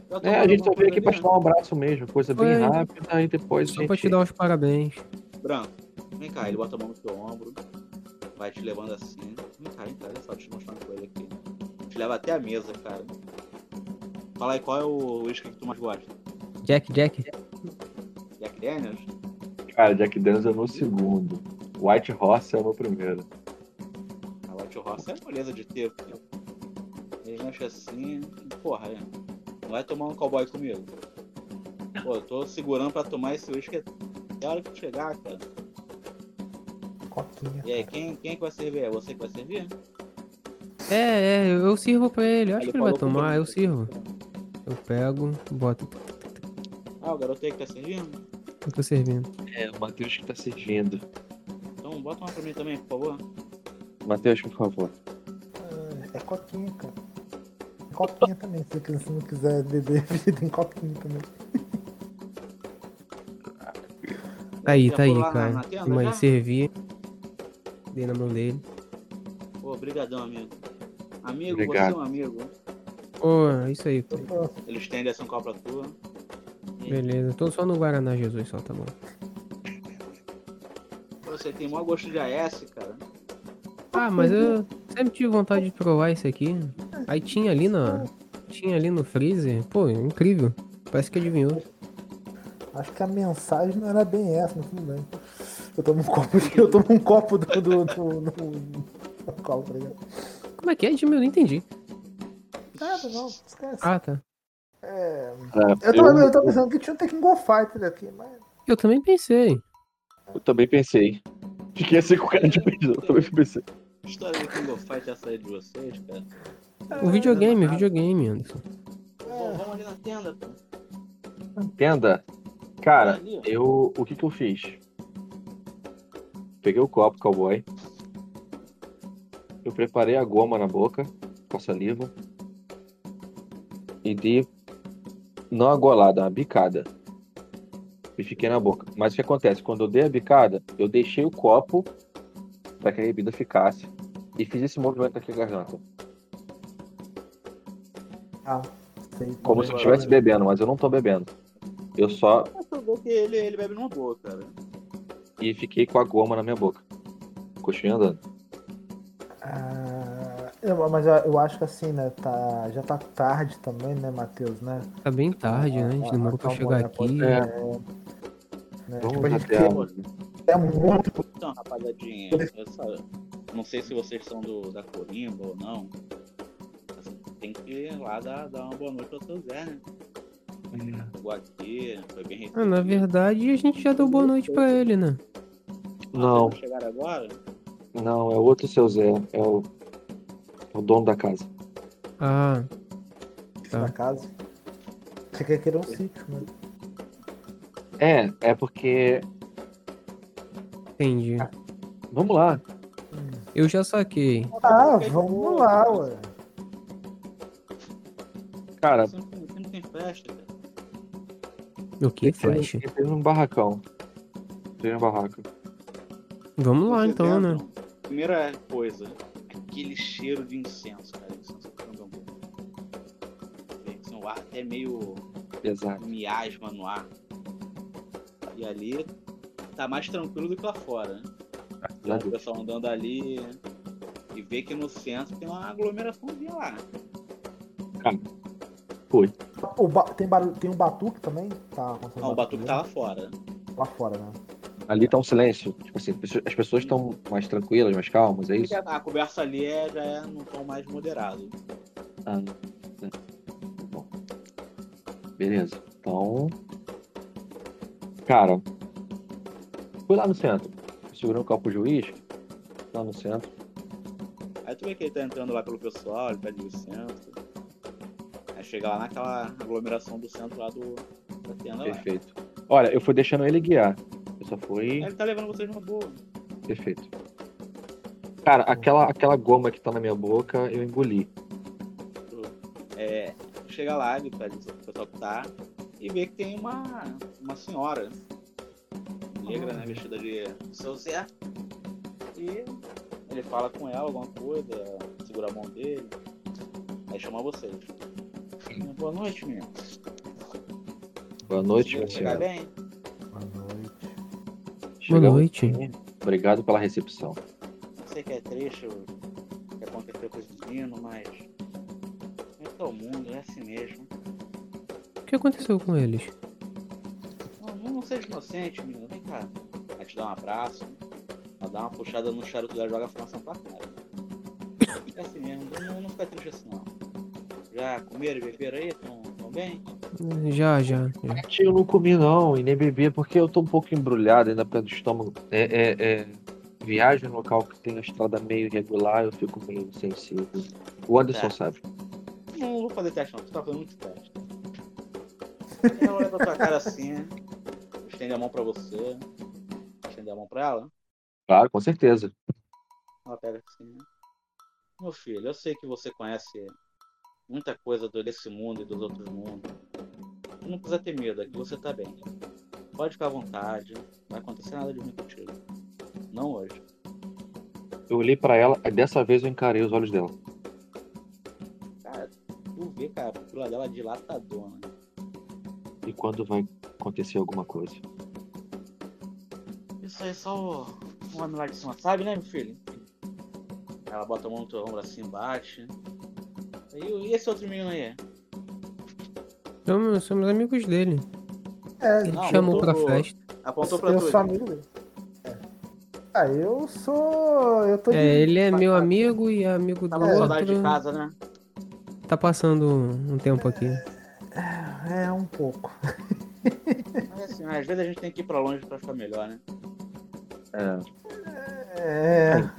Já É, tomaram a gente só alguma veio coisa aqui pra ali? te dar um abraço mesmo, coisa bem Foi. rápida, e depois. Só a pra gente- te dar os parabéns. Branco, vem cá, ele bota a mão no teu ombro, vai te levando assim. Vem cá, vem cá, olha só, deixa eu te mostrar uma coisa aqui. Te leva até a mesa, cara. Fala aí, qual é o uísque que tu mais gosta? Jack, Jack. Jack Daniels? um Cara, Jack Daniels é o meu segundo. White Horse é o meu primeiro. A White Horse é moleza de ter. pô. Ele lancha assim, porra, é. Não vai tomar um cowboy comigo. Pô, eu tô segurando pra tomar esse uísque até a hora que chegar, cara. Coquinha. E aí, quem, quem que vai servir? É você que vai servir? É, é, eu sirvo pra ele. Eu Aí acho ele que ele vai falou com tomar, todo eu mundo. sirvo. Eu pego, boto. Ah, o garoto aí que tá servindo? Eu tô servindo. É, o Matheus que tá servindo. Então bota uma pra mim também, por favor. Matheus, por favor. É coquinha, cara. Coquinha também, se você não quiser beber bebida em coquinha também. Tá aí, Já tá aí, foram lá na- cara. na tenda, Mas já? servi. Dei na mão dele. Pô, brigadão, amigo. Amigo, Obrigado. você é um amigo. Pô, é isso aí. pô. Eu tô- Ele estende essa copa tua. Beleza. Tô só no Guaraná Jesus só, tá bom. Pô, Você tem maior gosto de AS, cara. Ah, mas eu sempre tive vontade de provar isso aqui. Aí tinha ali na. Tinha ali no freezer. Pô, incrível. Parece que adivinhou. Acho que a mensagem não era bem essa, mas tudo bem. Eu tomo um copo, de- eu tomo um copo do. do, do, do, do copo, tá ligado? Como é que é, Jimmy? Eu não entendi. Nada, não, esquece. Ah, tá. É, eu, tava, eu tava pensando que tinha um Tekken Go Fighter aqui, mas. Eu também pensei. eu também pensei. Fiquei assim com o cara de pedido. Eu também pensei. Que História do King of Fight essa aí de vocês, cara. O videogame, o videogame, Anderson. Pô, vamos ali na tenda, pô. Entenda? Cara, Ali, ó. eu. O que que eu fiz? Peguei o copo, cowboy. Eu preparei a goma na boca, com a saliva. E dei. Não a golada, uma bicada. E fiquei na boca. Mas o que acontece? Quando eu dei a bicada, eu deixei o copo para que a bebida ficasse. E fiz esse movimento aqui com a garganta. Ah, sei. Como se eu estivesse bebendo, mas eu não tô bebendo. Eu só. Mas tu vê que ele, ele bebe numa boa, cara. E fiquei com a goma na minha boca. Continuei andando. Ah, eu- mas eu, eu acho que assim, né? Tá, já tá tarde também, né, Matheus, né? Tá bem tarde, né? A gente demorou pra chegar aqui. É. Né? Tipo, a Vamos gente até a é muito. Então, rapaziadinha, essa, não sei se vocês são do, da Corimba ou não. Assim, tem que ir lá dar, dar uma boa noite ao seu Zé, né? Chegou aqui, foi bem Ah, na verdade, a gente já deu boa noite pra ele, né? Não, Vocês Chegaram agora? não, é outro seu Zé. É o, é o dono da casa. Ah, Tá. Na casa. Você quer querer um sítio, né? É, é porque. entendi. Vamos lá. Eu já saquei. Ah, um vamos lá, ué. Cara, Sempre, sempre tem festa, cara. O que, Flash? eu fiz um barracão. Entrei um barraco. Vamos lá, Vocês então, né? entram. Primeira coisa, aquele cheiro de incenso, cara. Incenso candomblé. Vê que, assim, O ar até meio Exato. miasma no ar. E ali tá mais tranquilo do que lá fora, né? Já O deu. pessoal andando ali né? e vê que no centro tem uma aglomeraçãozinha lá. Cara, O ba- tem, barulho, tem um batuque também? Tá, acontecendo Não, o Batuque tá lá fora. lá fora, né? ali tá um silêncio. Tipo assim, as pessoas estão mais tranquilas, mais calmas, é isso? A conversa ali é, já é num tom mais moderado. Ah, é. Bom. Beleza. Então. Cara, Fui lá no centro, segurando um copo de uísque, lá no centro. Aí tu vê que ele tá entrando lá pelo pessoal, ele tá de centro. Aí chega lá naquela aglomeração do centro lá do, da tenda lá. Perfeito. Olha, eu fui deixando ele guiar. Eu só fui. Aí ele tá levando vocês numa boa. Perfeito. Cara, aquela, aquela goma que tá na minha boca, eu engoli. É, chega lá, ele pede pro pessoal que tá, e vê que tem uma, uma senhora negra, né, vestida de social, e ele fala com ela alguma coisa, segura a mão dele, aí chama vocês. Boa noite, menino. Boa noite, minha Conseguiu chegar senhora. bem? Boa noite. Chegamos Boa noite. aqui. Obrigado pela recepção. Eu sei que é triste o que aconteceu com esse menino, mas é todo mundo, é assim mesmo. O que aconteceu com eles? Não, não, não seja inocente, menino. Vem cá. Vai te dar um abraço. Vai dar uma puxada no charuto dela e joga a formação pra cara. É assim mesmo. Não, não fica triste assim, não. Já comeram e beberam aí? Tão, tão bem? Já, já. já. Tio, eu não comi não e nem bebi porque eu tô um pouco embrulhado ainda pelo estômago. É, é, é, Viagem no local que tem a estrada meio irregular, eu fico meio sensível. O Anderson É. sabe. Não, vou fazer teste, não. Tu tá fazendo muito teste. Ela olha pra tua cara assim. Estende a mão pra você. Estende a mão pra ela. Claro, com certeza. Ela pega assim. Meu filho, eu sei que você conhece muita coisa do- desse mundo e dos outros mundos. Não precisa ter medo, aqui você tá bem. Pode ficar à vontade, não vai acontecer nada de ruim contigo. Não hoje. Eu olhei pra ela, aí dessa vez eu encarei os olhos dela. Cara, tu vê, cara, a pupila dela tá dilatadona. E quando vai acontecer alguma coisa? Isso aí é só o o homem lá de cima, sabe, né, meu filho? Ela bota a mão no teu ombro assim, bate. E, e esse outro menino aí? Somos, somos amigos dele. É, Ele Não, chamou eu tô- pra festa. Apontou pra eu tu. sou amigo dele. É. Ah, eu sou. Eu tô de- É, ele é meu amigo e é amigo do Tá Tava com saudade de outro. casa, né? Tá passando um tempo aqui. É, um pouco. Mas assim, às vezes a gente tem que ir pra longe pra ficar melhor, né? É, É.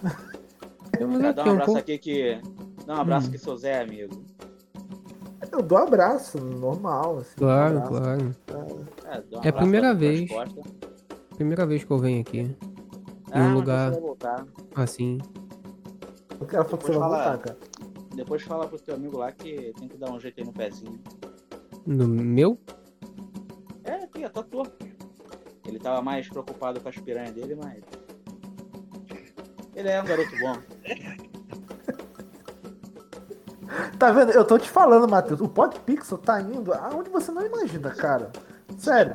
Temos Cara, dá aqui um um abraço pouco. aqui que. Dá um abraço Hum. que seu Zé é amigo. Eu dou abraço, normal. Assim, Claro, abraço. claro. É, dá um É a abraço primeira nas vez. um costas. Primeira vez que eu venho aqui, Ah, um mas lugar- você vai voltar. assim. Eu quero falar que você Pode vai falar. voltar, cara. Depois fala pro teu amigo lá que tem que dar um jeito aí no pezinho. No meu? É, aqui, tá torto. Ele tava mais preocupado com as piranhas dele, mas. Ele é um garoto bom. Tá vendo? Eu tô te falando, Matheus. O PodPixel tá indo aonde você não imagina, cara. Sério.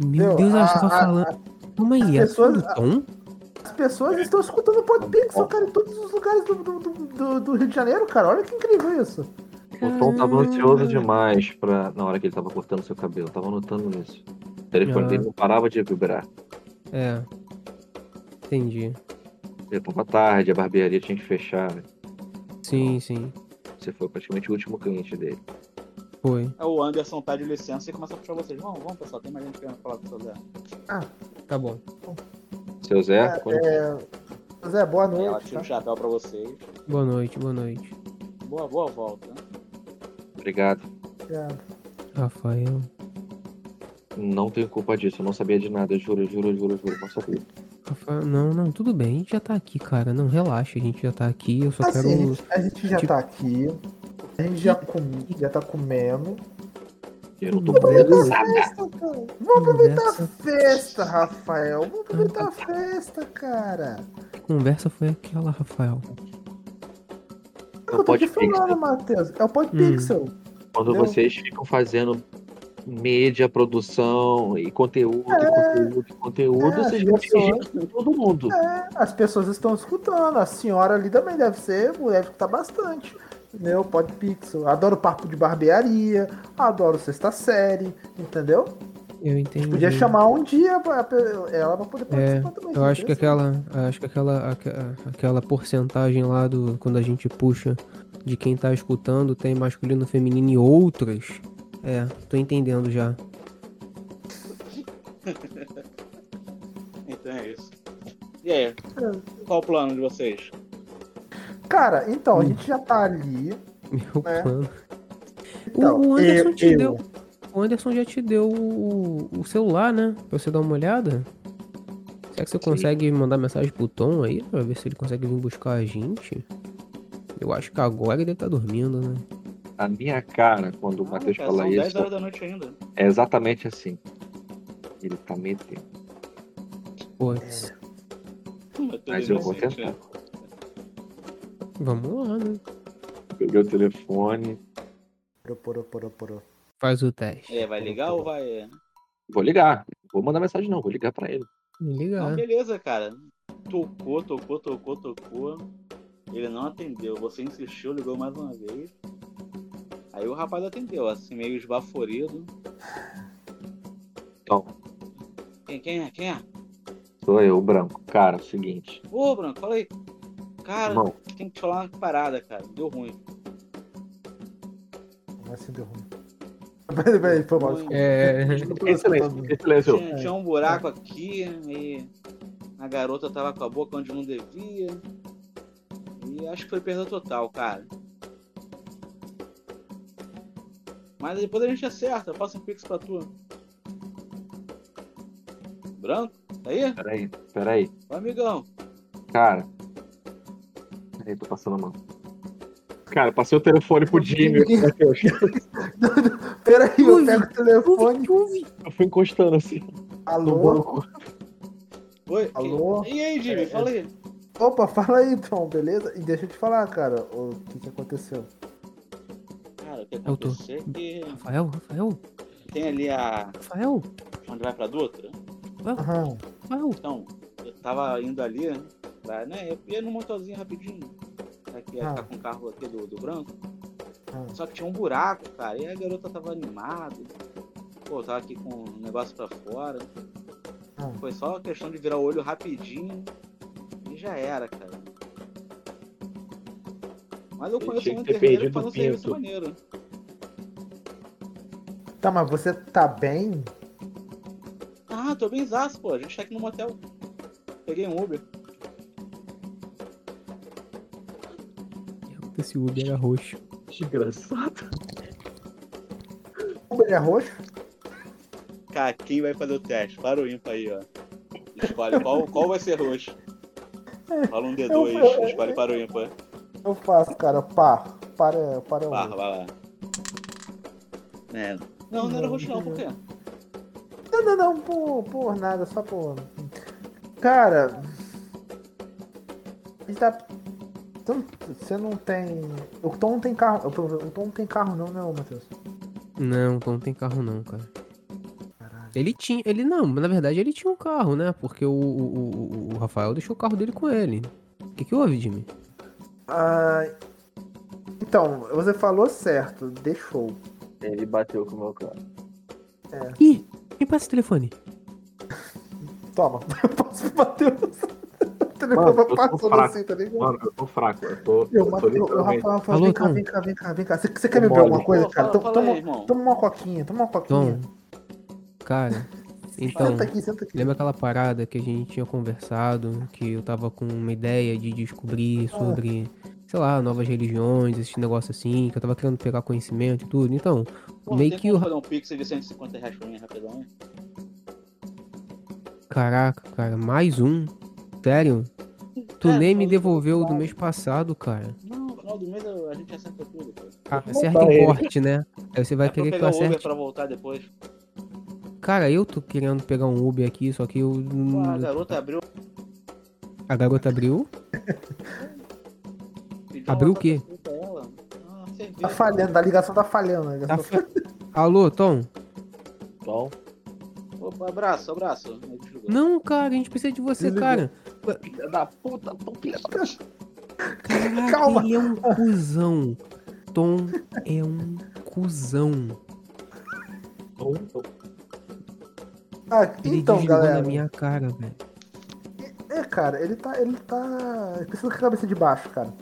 Meu Meu, Deus, ela a- tá a- falando. Calma aí, ela pessoas- tá no tom? As pessoas estão escutando o PodPixel, cara, em todos os lugares do, do, do- do- do Rio de Janeiro, cara. Olha que incrível isso. O Tom tava ansioso demais pra... na hora que ele tava cortando seu cabelo. Tava notando isso. O telefone Ah. dele não parava de vibrar. É. Entendi. Eu tava tarde, a barbearia tinha que fechar. né? Sim, sim. Você foi praticamente o último cliente dele. Foi. Aí É, o Anderson pede licença e começa a puxar vocês. Vamos, vamos, pessoal, tem mais gente querendo falar com o seu Zé. Tá bom. Seu Zé, quando- Zé, boa Aí ela noite. tira o Tá? chapéu pra vocês. Boa noite, boa noite. Boa, boa volta. obrigado. É. Rafael. Não tenho culpa disso, eu não sabia de nada, eu juro, juro, juro, juro, não sabia. Rafael. Não, não, tudo bem. A gente já tá aqui, cara. Não, relaxa. A gente já tá aqui. Eu só Assim, a quero. gente- a gente já Tipo- tá aqui. A gente já, comi, já tá comendo. Eu não tô comendo nada. Festa, cara. Vamos aproveitar Conversa. Hum. a festa, Rafael. Vamos aproveitar a festa, cara. Que conversa foi aquela, Rafael? É o que eu tô te PodPixel. falando, Matheus. É o PodPixel. Hum. Quando Entendeu? vocês ficam fazendo mídia, produção e conteúdo, e conteúdo, e conteúdo, É, vocês vão as pessoas- atingir todo mundo. As pessoas estão escutando. A senhora ali também deve ser, deve escutar bastante. Entendeu? PodPixel. Adoro papo de barbearia. Adoro sexta série. Entendeu? Eu entendi. Podia chamar um dia pra, pra ela pra poder Uhum. É, participar também. Eu acho que entendeu? aquela, acho que aquela, aqua- aquela porcentagem lá do quando a gente puxa de quem tá escutando tem masculino, feminino e outras. É, tô entendendo já. Tem Então é isso. E aí? Qual o plano de vocês? Cara, então, Hum. a gente já tá ali. Meu É. plano. Então, o Anderson eu- te eu- deu. O Anderson já te deu o, o celular, né? Pra você dar uma olhada. Será que você consegue mandar mensagem pro Tom aí? Pra ver se ele consegue vir buscar a gente? Eu acho que agora ele tá dormindo, né? A minha cara, quando o Matheus cara, fala Ah, é, são 10 isso, tá? horas da noite ainda. é exatamente assim. Ele tá metendo. Putz. É. Hum, é tudo Mas eu vou inocente, tentar. né? Vamos lá, né? Peguei o telefone. Porô, porô, porô, porô. Faz o teste. É, vai ligar ou vai. Vou ligar. Vou mandar mensagem, não. Vou ligar pra ele. Me liga. Não, beleza, cara. Tocou, tocou, tocou, tocou. Ele não atendeu. Você insistiu, ligou mais uma vez. Aí o rapaz atendeu, assim, meio esbaforido. Então, Quem, quem é? Quem é? sou eu, o branco. Cara, seguinte. Ô, Branco, fala aí. Cara, Irmão, tem que te falar uma parada, cara. Deu ruim. Mas se deu ruim. Peraí, peraí, foi mal. desculpa. É. Eu não tô Esse escutando. silêncio, esse silêncio. Tinha, tinha um buraco aqui e a garota tava com a boca onde não devia. E acho que foi perda total, cara. Mas depois a gente acerta, eu faço um pix pra tu. Branco? Tá aí? Peraí, peraí. Ô, amigão. Cara. Peraí, tô passando a mão. Cara, eu passei é o telefone pro Jimmy, Matheus. Peraí, eu Ui, pego o telefone. Eu fui encostando assim. no Alô? banco. Oi. quem- Alô? E aí, Jimmy? É, Fala aí. Opa, fala aí então, beleza? E deixa eu te falar, cara, o que que aconteceu. Cara, o que Eu tô. aconteceu é que Rafael, Rafael, tem ali a. Rafael, onde vai pra Dutra? Aham. Rafael. Então, eu tava indo ali, lá, né? Eu ia no motorzinho rapidinho. Tá aqui, Ah. tá com o carro aqui do, do branco. Ah. Só que tinha um buraco, cara. E a garota tava animada. Pô, tava aqui com o negócio pra fora. Ah. Foi só questão de virar o olho rapidinho. E já era, cara. Mas eu Ele conheço tinha um que ter enterreiro que perdido faz um o serviço pinto. maneiro. Tá, mas você tá bem? Ah, tô bem zaço, pô. A gente tá aqui no motel. Peguei um Uber. Esse Uber era roxo. Desgraçado. O é roxo? Cara, quem vai fazer o teste? Para o ímpar aí, ó. Escolhe qual, qual vai ser roxo. Fala um D2, escolhe para o ímpar. Eu faço, cara, par. Para, para Barra, um. vai lá. É. Não, não era roxo não, por quê? Não, não, não, por, por nada, só por. Cara. Ele tá. Então, Você não tem. O Tom não tem carro. O Tom não tem carro, não, né, ô, Matheus? Não, Tom não tem carro não, cara. Caralho. Ele tinha, ele não, na verdade ele tinha um carro, né? Porque o, o, o- o Rafael deixou o carro dele com ele. O que, que houve, Jimmy? Ah, então, você falou certo, deixou. Ele bateu com o meu cara. Ih, me passa o telefone. Toma, eu passo pro Matheus. O Mano, eu telefone tô passando fraco. assim, tá ligado? Mano, eu tô fraco. Eu tô, Eu, eu tô Matheus, eu, literalmente. Rafael, Rafael, Alô, vem cá, Tom? vem cá, vem cá, vem cá. Você, você quer beber mole. alguma coisa, Pô, cara? fala- Toma- fala toma, aí, irmão. toma uma coquinha, toma uma coquinha. Tom, cara, então, senta aqui, senta aqui. lembra aquela parada que a gente tinha conversado, que eu tava com uma ideia de descobrir sobre, sei lá, novas religiões, esse negócio assim, que eu tava querendo pegar conhecimento e tudo. Então, Pô, meio tem que como o fazer um pix de 150 reais pra mim rapidão. Caraca, cara, mais um? Sério? Tu É, nem só me um devolveu do detalhe. mês passado, cara. Não, no final do mês eu- a gente acerta tudo, cara. Ah, Vou acerta botar em ele. corte, né? Aí você vai Dá pra eu querer que pegar eu o Uber acerte. pra voltar depois. Cara, eu tô querendo pegar um Uber aqui, só que eu. Pô, a garota abriu. A garota abriu? pediu Abriu uma o quê? coisa pra ela. Ah, cerveja. Tá falhando, a ligação tá falhando. a ligação Tá tá fa- Alô, Tom? Bom, Opa, abraço, abraço. Aí desligou. Não, cara, a gente precisa de você, Desligou. cara. filha da puta, Tom, filha da Caraca, Calma. ele é um cuzão. Tom é um cuzão. puta. Ah, Ele então, desligou galera. na minha cara, velho. É, cara, ele tá. Ele tá. ele Precisa com a cabeça de baixo, cara.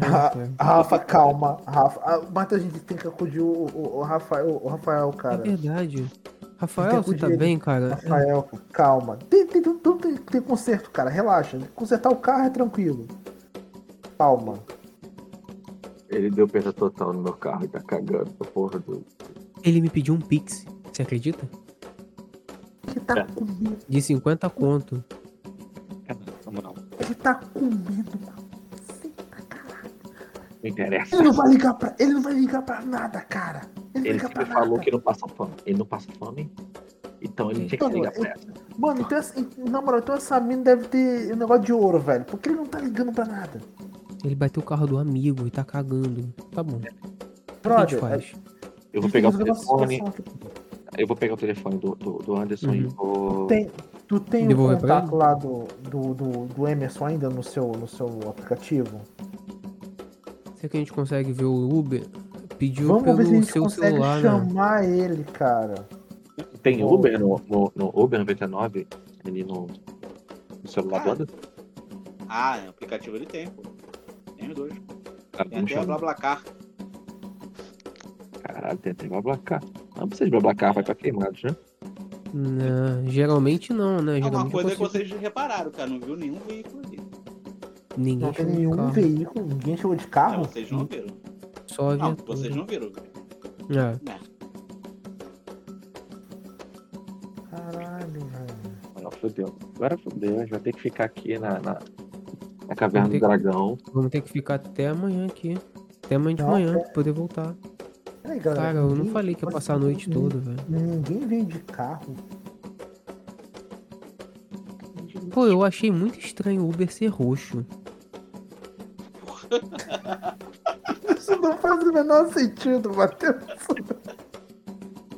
Ah, cara. Rafa, calma. Rafa. Ah, Matheus, a gente tem que acudir o, o, o Rafael, o Rafael, É cara. verdade. Rafael, você tá bem, cara? Rafael, calma. Tem, tem, tem, tem, tem conserto, cara. Relaxa. Consertar o carro é tranquilo. Calma. Ele deu perda total no meu carro e tá cagando pra porra do. Ele me pediu um pix, você acredita? Ele É. tá comendo. De 50 conto. Na moral, não Ele tá comendo. mano. interessa. Ele não vai ligar pra. Ele não vai ligar pra nada, cara. Ele, Ele não vai ligar sempre pra falou nada. que não passa fome. Ele não passa fome? Então ele tinha que Mano, ligar eu- pra ela. Mano, então essa, na moral, então essa mina deve ter um negócio de ouro, velho. Porque ele não tá ligando pra nada. Ele bateu o carro do amigo e tá cagando. Tá bom. O que a gente Brother, é, faz? Eu a vou gente pegar o tem que resolver uma telefone. situação aqui. Eu vou pegar o telefone do, do, do Anderson e Uhum. vou. Tem, tu tem o Devolver pra contato ele? lá do, do, do, do Emerson ainda no seu, no seu aplicativo? Será que a gente consegue ver o Uber? Pediu Vamos ver se a pelo gente seu consegue celular, né? chamar ele, cara. Tem Ou- Uber no, no, no Uber 99 ali no, no celular do Ah. Anderson? Ah, é, o aplicativo ele tem, pô. Tem os dois. Cara, tá Tem vamos até a chamar. BlaBlaCar. Caralho, tem até BlaBlaCar. Não precisa de BlaBlaCar, vai pra queimados, né? Não, geralmente não, né? É uma Geralmente eu coisa que consigo... vocês repararam, cara. Não viu nenhum veículo ali. ninguém Não tem chama de nenhum carro. veículo, ninguém chegou de É, carro. vocês não viram. Só Não, viatura. vocês não viram. É. Caralho, velho. Agora fodeu. Agora fodeu, a gente vai ter que ficar aqui na, na, na caverna do Tem- dragão. Vamos ter que ficar até amanhã aqui. Até amanhã de Não, manhã, pra poder voltar. Aí, galera, Cara, eu não ninguém- falei que ia vocês- passar a noite toda, velho. Ninguém veio de carro. Pô, eu achei muito estranho o Uber ser roxo. Isso não faz o menor sentido, Matheus.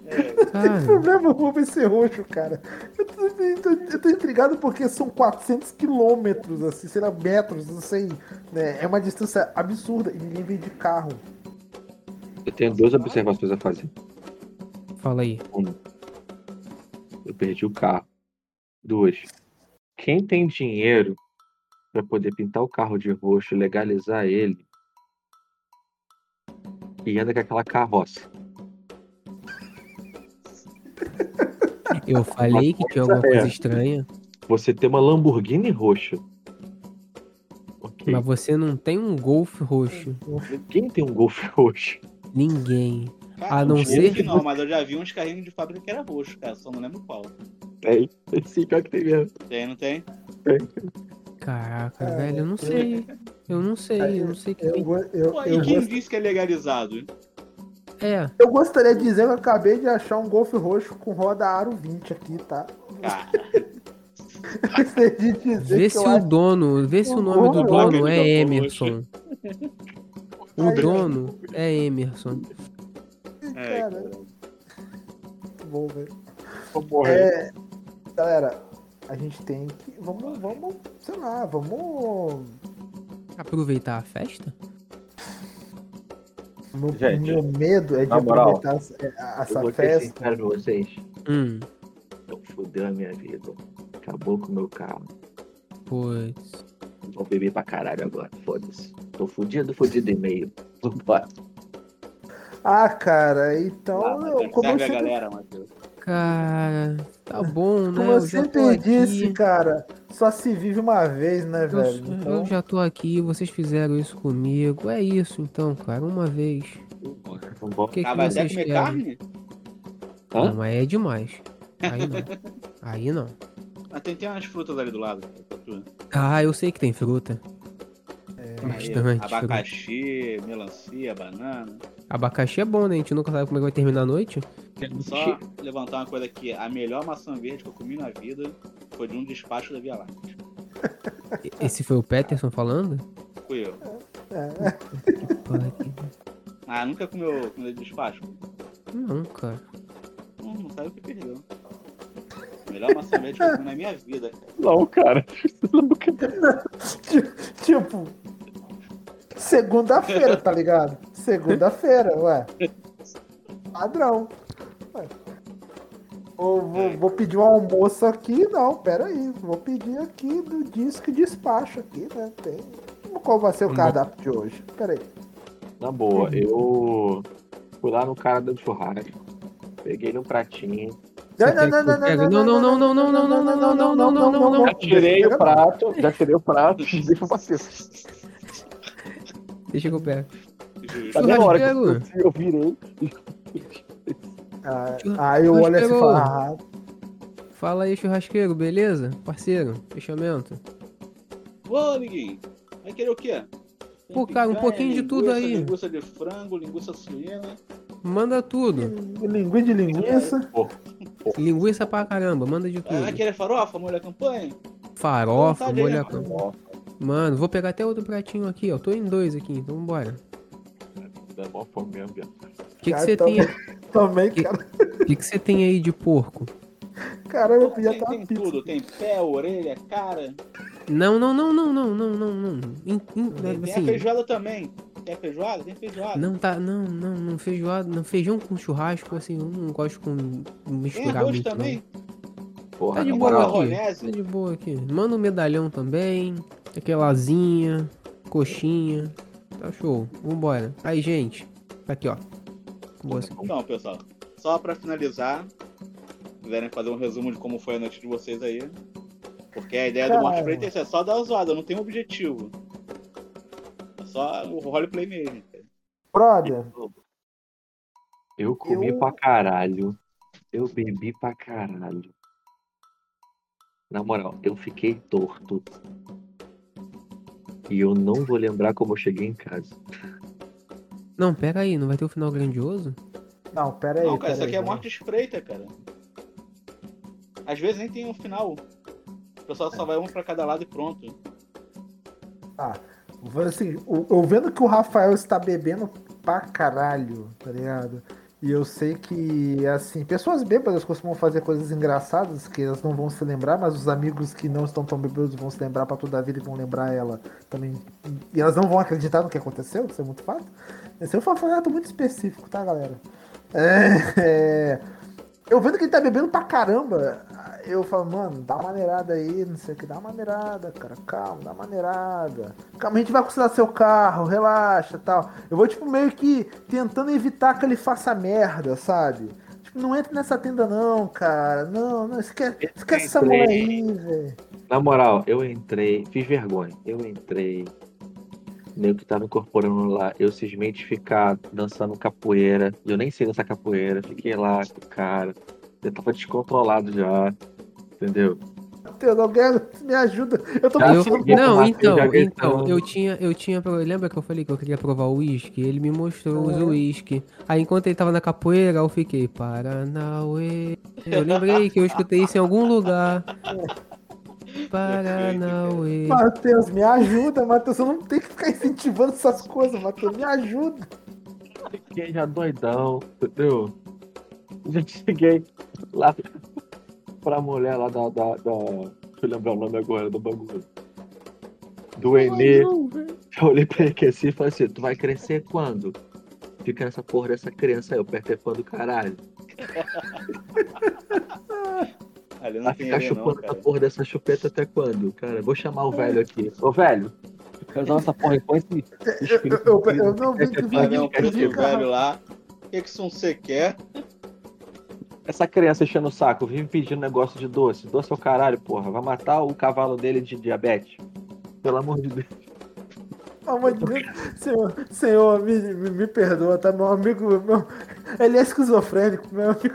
Tem Cara, problema o Uber ser roxo, cara. Eu tô, eu tô- eu tô intrigado porque são 400 quilômetros, assim, sei lá, metros, não sei. né? É uma distância absurda e ninguém veio de carro. Eu tenho duas observações a fazer. fala aí. Eu perdi o carro. Duas. Quem tem dinheiro pra poder pintar o carro de roxo e legalizar ele e anda com aquela carroça? Eu falei que tinha alguma coisa estranha, Você tem uma Lamborghini roxa. Ok. mas você não tem um Golf roxo. Quem tem um Golf roxo? Ninguém. Cara, A não eu ser- que Não, mas eu já vi uns carrinhos de fábrica que era roxo, cara. Só não lembro qual. Tem. Sim, pior que tem mesmo. Tem, não tem? Caraca, É, velho, eu não eu- sei. Eu não sei, eu não sei Eu, quem. go- eu, Pô, eu e quem gost- disse que é legalizado? hein? É, eu gostaria de dizer que eu acabei de achar um Golf roxo com roda aro 20 aqui, tá? Cara, Gostaria de dizer vê que se um um eu o acho- dono, vê se o Eu nome do gosto. dono Eu é gosto. Emerson. O Ai, dono é Emerson. é, Cara. então. cara. Muito bom, velho. Vou morrer. É, galera, a gente tem que. Vamos, vamos, sei lá, vamos. Aproveitar a festa? Meu, Gente, meu medo é de na moral, aproveitar essa, eu essa vou ter festa. sincero pra vocês. Hum, Então, fudeu a minha vida. Acabou com o meu carro. pois. Vou beber pra caralho agora. Foda-se. Tô fudido, fudido e meio. Vambora. Ah, cara, então Ah, mas é eu, como eu Serve a sempre, galera, Matheus. Cara, tá bom, né? como eu já tô sempre aqui. disse, cara, só se vive uma vez, né, Eu, velho? Então, eu já tô aqui, vocês fizeram isso comigo. É isso então, cara, uma vez. O Vambora. que, Ah, que vai até vocês comer querem? carne? Hã? Não, mas é demais. Aí não. Aí não. Ah, tem, tem umas frutas ali do lado. cara, pra tu. Ah, eu sei que tem fruta. Tem É, aí bastante Abacaxi, melancia, banana. Abacaxi é bom, né? A gente nunca sabe como é que vai terminar a noite. Só levantar uma coisa aqui. A melhor maçã verde que eu comi na vida foi de um despacho da Via Láctea. E- Esse foi o Peterson falando? Fui eu. é, Ah, nunca comeu comida de despacho? Não, cara. Não, não sabe o que perdeu. Melhor maçã verde que eu comi na minha vida. cara. Não, cara. ti- tipo, segunda-feira, tá ligado? Segunda-feira, ué. Padrão. Ué. Ou É. vou, vou pedir um almoço aqui? Não, pera aí. Vou pedir aqui do disco e despacho aqui, né? Tem. Qual vai ser o Uma- cardápio de hoje? Pera aí. Na boa, eu fui lá no cara do churrasco. Peguei ele um pratinho. Você pega- pega- Não, não, não, não, não, não, não, não, não, não, não, não, não, não. Já tirei o né? prato, já tirei o prato, dei pra você. Deixa que eu pego. Tá Justo. na hora que eu, Churrasqueiro. eu virei. Ah, Aí eu olho assim e falo, ah, Fala aí, churrasqueiro, beleza? Parceiro, fechamento. Ô, Liguinho, vai querer o quê? Tem Pô, cara, um picanha, pouquinho de tudo linguiça, aí. Linguiça de frango, linguiça suína. Manda tudo. linguiça de linguiça. Linguiça pra caramba, manda de Ah, vai tudo. querer farofa, molho à campanha? Farofa, Vontade, né? molho a É campo. Mano, vou pegar até outro pratinho aqui, ó. Tô em dois aqui, então vambora. Dá é mó fome mesmo, viado. O que que Cara, você tá tem, Também, Que- cara, o que que você tem aí de porco? caramba, eu podia Tem, estar tem uma pizza. tudo, tem pé, orelha, cara. Não, não, não, não, não, não, não, não. In- in- Tem, tem a assim, feijoada também. Tem a feijoada? Tem feijoada. não tá, não, não, não feijoada, não feijão com churrasco, assim, eu não gosto com tem misturar arroz muito. não. também. Porra, Tá de na boa moral, aqui. Tá Maionese. de boa aqui. Manda um medalhão também, aquela asinha, coxinha. Tá show. Vambora. Aí, gente. Tá aqui, ó. Com você. Então, pessoal, só pra finalizar, se quiserem fazer um resumo de como foi a noite de vocês aí. Porque a ideia do Cara. Morte Preta é isso, é só dar zoada, não tem um objetivo. É só o roleplay mesmo. Brother, Eu comi Eu- pra caralho. Eu bebi pra caralho. Na moral, eu fiquei torto. E eu não vou lembrar como eu cheguei em casa. Não, pera aí, não vai ter o final grandioso? não, pera aí. não, cara, pera isso aqui aí, é morte espreita, cara. Às vezes nem tem um final. O pessoal só vai um pra cada lado e pronto. Tá. Assim, eu eu vendo que o Rafael está bebendo pra caralho, tá ligado? E eu sei que, assim, pessoas bêbadas costumam fazer coisas engraçadas que elas não vão se lembrar, mas os amigos que não estão tão bêbados vão se lembrar pra toda a vida e vão lembrar ela também. E elas não vão acreditar no que aconteceu, isso é muito fato. Esse é um fato muito específico, tá, galera? É, é, eu vendo que ele tá bebendo pra caramba, eu falo, mano, dá uma maneirada aí, não sei o que, dá uma maneirada, cara, calma, dá uma maneirada. Calma, a gente vai consertar seu carro, relaxa tal. Eu vou, tipo, meio que tentando evitar que ele faça merda, sabe? Tipo, não entra nessa tenda não, cara, não, não, esquece, esquece essa mulher aí, velho. Na moral, eu entrei, fiz vergonha. Eu entrei. Nem que tava incorporando lá. Eu cismei de ficar dançando capoeira. e Eu nem sei dançar capoeira. Fiquei lá com o cara. Eu tava descontrolado já. Entendeu? Meu Deus, alguém me ajuda, eu tô Já Eu- passando cheguei com não, uma então, cerveja então, gritando. eu tinha, eu tinha, pro- lembra que eu falei que eu queria provar o uísque? Ele me mostrou os Uhum. uísque. Aí enquanto ele tava na capoeira, eu fiquei, Paranauê. Eu lembrei que eu escutei isso em algum lugar. Paranauê. Matheus, me ajuda, Matheus. Eu não tenho que ficar incentivando essas coisas, Matheus. Me ajuda. Fiquei já doidão, entendeu? Já cheguei lá pra mulher lá da. da, da- Deixa eu lembrar o nome agora do bagulho. Do Enê. Eu olhei pra ele assim e falei assim: Tu vai crescer quando? Fica nessa porra dessa criança aí, eu perto é fã do caralho. Ali não Vai tem ficar ele não, chupando essa cara. porra dessa chupeta até quando? Cara, vou chamar o velho aqui. Ô velho, casar essa porra aí, põe esse. Eu, eu, eu, eu não vi que Vai ver um vídeo. preto que velho lá. O que é? que isso você quer? Essa criança enchendo o saco, vive pedindo negócio de doce. Doce é o caralho, porra. Vai matar o cavalo dele de diabetes. Pelo amor de Deus. Pelo amor de Deus. Senhor, senhor me, me, me perdoa, tá? Meu amigo, meu, ele é esquizofrênico, meu amigo.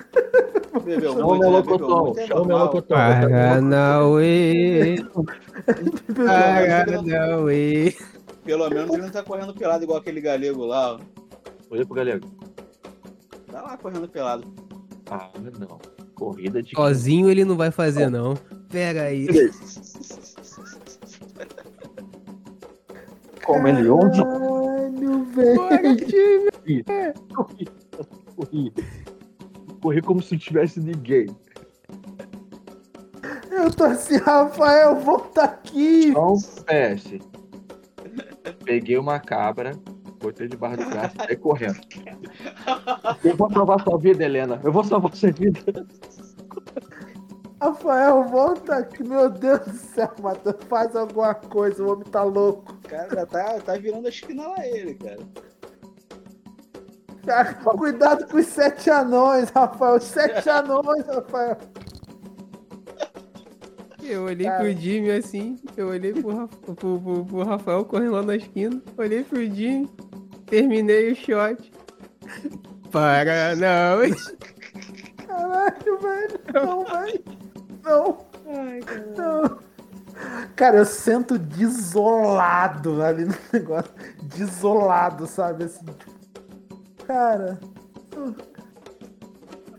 Bebeu Chama o muito, né? Bebeu melocotão. muito, é Chama o normal. melocotão. Ah, Paranauê. Me perdoa. Paranauê. Pelo menos ele não tá correndo pelado igual aquele galego lá, ó. Olha pro galego. Tá lá correndo pelado. Ah, não. Corrida de. Sozinho ele não vai fazer, não. Pera aí. Como ele ontem. Caralho, velho. Corri. Corri. Corri como se tivesse ninguém. Eu tô assim, Rafael, volta aqui. Confesse. Peguei uma cabra, botei debaixo do braço, saí correndo. Eu vou salvar sua vida, Helena. Eu vou salvar sua vida. Rafael, volta aqui. Meu Deus do céu, Matheus. Faz alguma coisa, o homem tá louco. O cara já tá, tá virando a esquina lá ele, cara. Cara, cuidado com os sete anões, Rafael. Os sete anões, Rafael. Eu olhei Cara. pro Jimmy assim, eu olhei pro, Raf- pro- pro- pro Rafael correndo lá na esquina, olhei pro Jimmy, terminei o shot. Para não. Caralho, velho. Então Não, velho. Não. Não. Cara, eu sento desolado ali no negócio. Desolado, sabe? Assim, tipo, cara.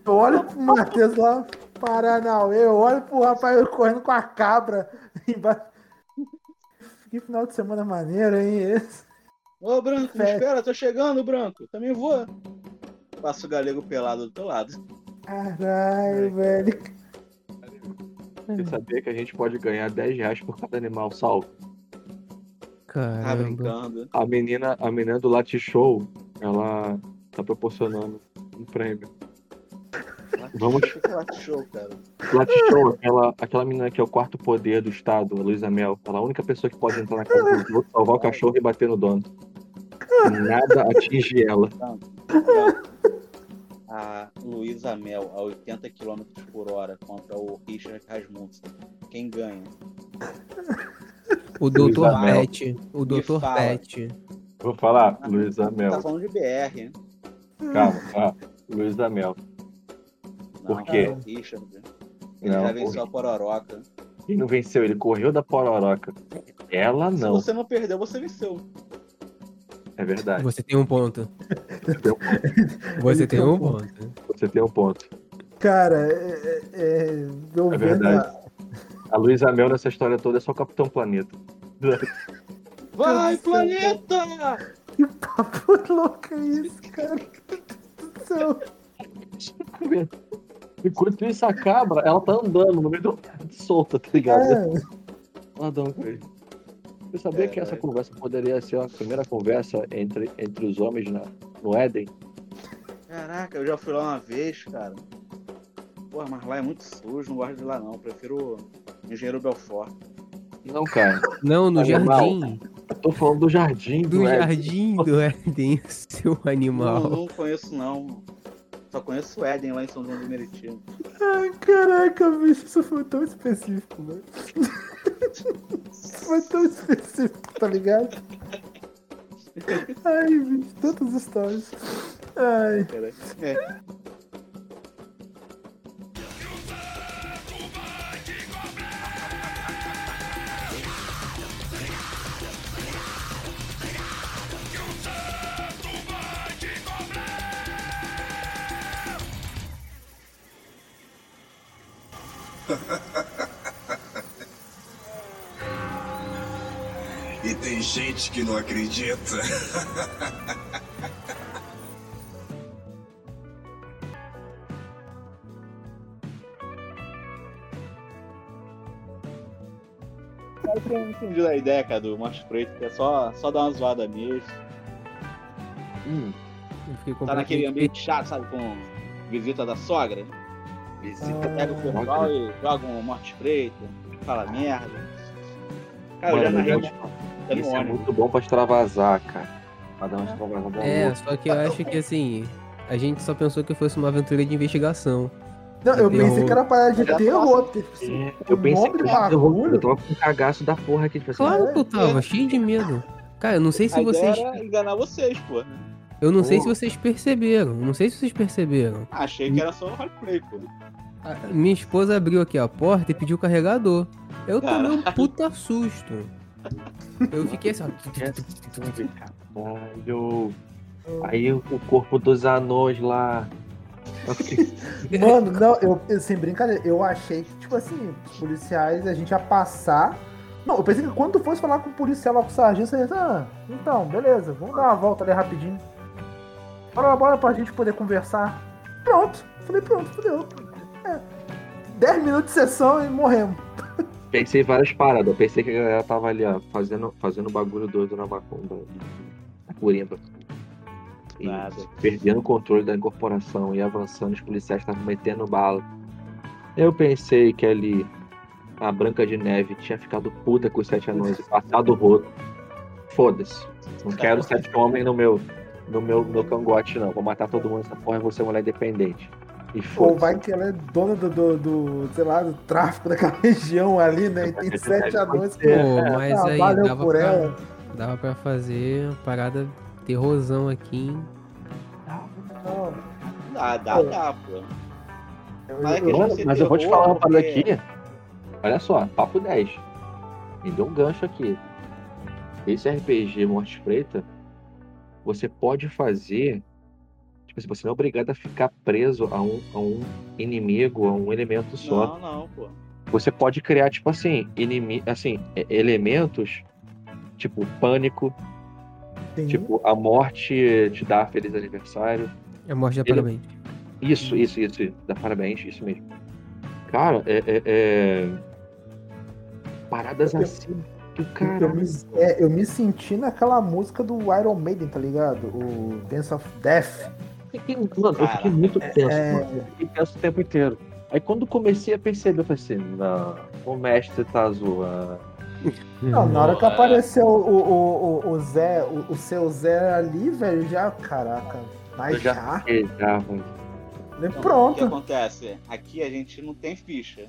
Eu olho pro Matheus lá, Paranauê. Eu olho pro rapaz correndo com a cabra embaixo. Que final de semana maneiro, hein? Esse. Ô, Branco, me É. espera, tô chegando, Branco. Também vou. Passa o galego pelado do teu lado. Caralho, velho. Você sabia que a gente pode ganhar 10 reais por cada animal salvo? Tá Caramba. brincando. A menina, a menina do Lati Show, ela tá proporcionando um prêmio. Vamos. Chocolate show, cara. Lati é Show, aquela, aquela menina que é o quarto poder do estado, a Luísa Mel. Ela é a única pessoa que pode entrar na casa do outro, salvar o cachorro e bater no dono. Nada atinge ela. Tá. a Luísa Mel a 80 km por hora contra o Richard Rasmussen. Quem ganha? O Dr. Luiz Amel. Pet. O Dr. fala. Pet. Vou falar, Luísa Tá Mel. falando de BR, né? Calma, calma. Luísa Mel. Por quê? é o Richard. Ele já venceu a Pororoca. Ele não venceu, ele correu da pororoca. Ela Se não, você não perdeu, você venceu. é verdade. Você tem um ponto. tem um Você Ele tem tem um um ponto. Você tem um ponto. Cara, é, é- é- eu É vendo verdade. a- A Luísa Mel nessa história toda é só o Capitão Planeta. Vai, Deus do céu, planeta! Que papo louco é isso, cara? Meu Deus do céu. Enquanto isso, a cabra, ela tá andando no meio do... solta, tá ligado? É, Ela dá um coelho. Eu sabia É, que essa mas- conversa poderia ser a primeira conversa entre, entre os homens na, no Éden? Caraca, eu já fui lá uma vez, cara. Porra, mas lá é muito sujo, não gosto de lá não. Prefiro o Engenheiro Belfort. Não, cara. Não, no Animal. jardim. Eu tô falando do jardim do, Do Éden. jardim do Éden, seu Não, animal. não conheço não. Só conheço o Éden lá em São João do Meriti. ai, caraca, bicho, isso foi tão específico, velho. Foi tão específico, tá ligado? Ai, bicho, tantas histórias. Ai, Peraí. É, E tem gente que não acredita. Eu tenho entendido a ideia, cara, do Monte Preto, que é só, só dar uma zoada mesmo. Hum, Eu fiquei Tá naquele completamente ambiente chato, sabe, com visita da sogra. visita. Ah, Pega o pessoal e joga um Monte Preto, fala merda. Cara, eu já Mano, narrei gente, tá no isso é ônibus. muito bom pra extravasar, cara. Pra dar uma extravasada É, louca. só que eu acho que assim, a gente só pensou que fosse uma aventura de investigação. não, eu Terror. pensei que era parada de Era terror. É, Um eu pensei monte que de eu, eu, bagulho. eu tava com um cagaço da porra aqui, tipo assim, Claro que eu tava, cheio de medo. Cara, eu não sei A se ideia vocês. era enganar vocês, pô. Eu não sei se Porra. vocês perceberam. Não sei se vocês perceberam. Achei que era só um roleplay, pô. A- Ah. minha esposa abriu aqui a porta e pediu o carregador. Eu tomei um puta susto. Eu fiquei assim, ó. Caralho. Aí o corpo dos anões lá. Eu fiquei, Mano, não, eu, eu- sem brincadeira, eu achei que, tipo assim, os policiais, a gente ia passar. Não, eu pensei que quando fosse falar com o policial lá com o sargento, você ia ah, então, beleza, vamos dar uma volta ali rapidinho. Bora lá, bora pra gente poder conversar. Pronto, falei, pronto, fudeu. É, 10 minutos de sessão e morremos. pensei em várias paradas. Eu pensei que a galera tava ali, ó, fazendo, fazendo bagulho doido na macumba. Na curimba. E Nada. perdendo o controle da incorporação e avançando, os policiais estavam metendo bala. Eu pensei que ali a Branca de Neve tinha ficado puta com os sete anões e passado o rodo. Foda-se. Não quero sete homens no meu. no meu, meu cangote, não. Vou matar todo mundo nessa porra e vou ser mulher independente. E Ou foda-se. vai que ela é dona do, do, do, sei lá, do tráfico daquela região ali, né? E tem sete anões que Pô, mas aí dava trabalham É. ah, por pra, ela. dava pra fazer uma parada terrorzão aqui, hein? Não, Dá, Ah, dá, dá, pô. eu- Mas é eu- que- Mano, mas eu vou te Terror, falar uma parada porque- aqui. Olha só, papo 10. Me deu um gancho aqui. Esse RPG Morte Preta, você pode fazer. Tipo assim, você não é obrigado a ficar preso a um, a um inimigo, a um elemento só. Não, não, pô. Você pode criar, tipo assim, inimi... assim, e- elementos tipo pânico, sim. tipo a morte te dá feliz aniversário. É morte da Ele- parabéns. Isso, Uhum. isso, isso. isso. Dá parabéns, isso mesmo. Cara, é. é- é- Paradas Eu- assim do Eu caralho. me, é, eu me senti naquela música do Iron Maiden, tá ligado? O Dance of Death. Eu fiquei- Mano, eu fiquei muito é, tenso. é. mano. Eu fiquei tenso o tempo inteiro. Aí quando comecei a perceber, eu falei assim: não, o mestre tá zoando. Não, na hora que Nossa. apareceu o, o, o, o Zé, o, o seu Zé ali, velho, já, caraca, Eu mas já já, É, tá fiquei né? Então, O que pronto. acontece? Aqui a gente não tem ficha.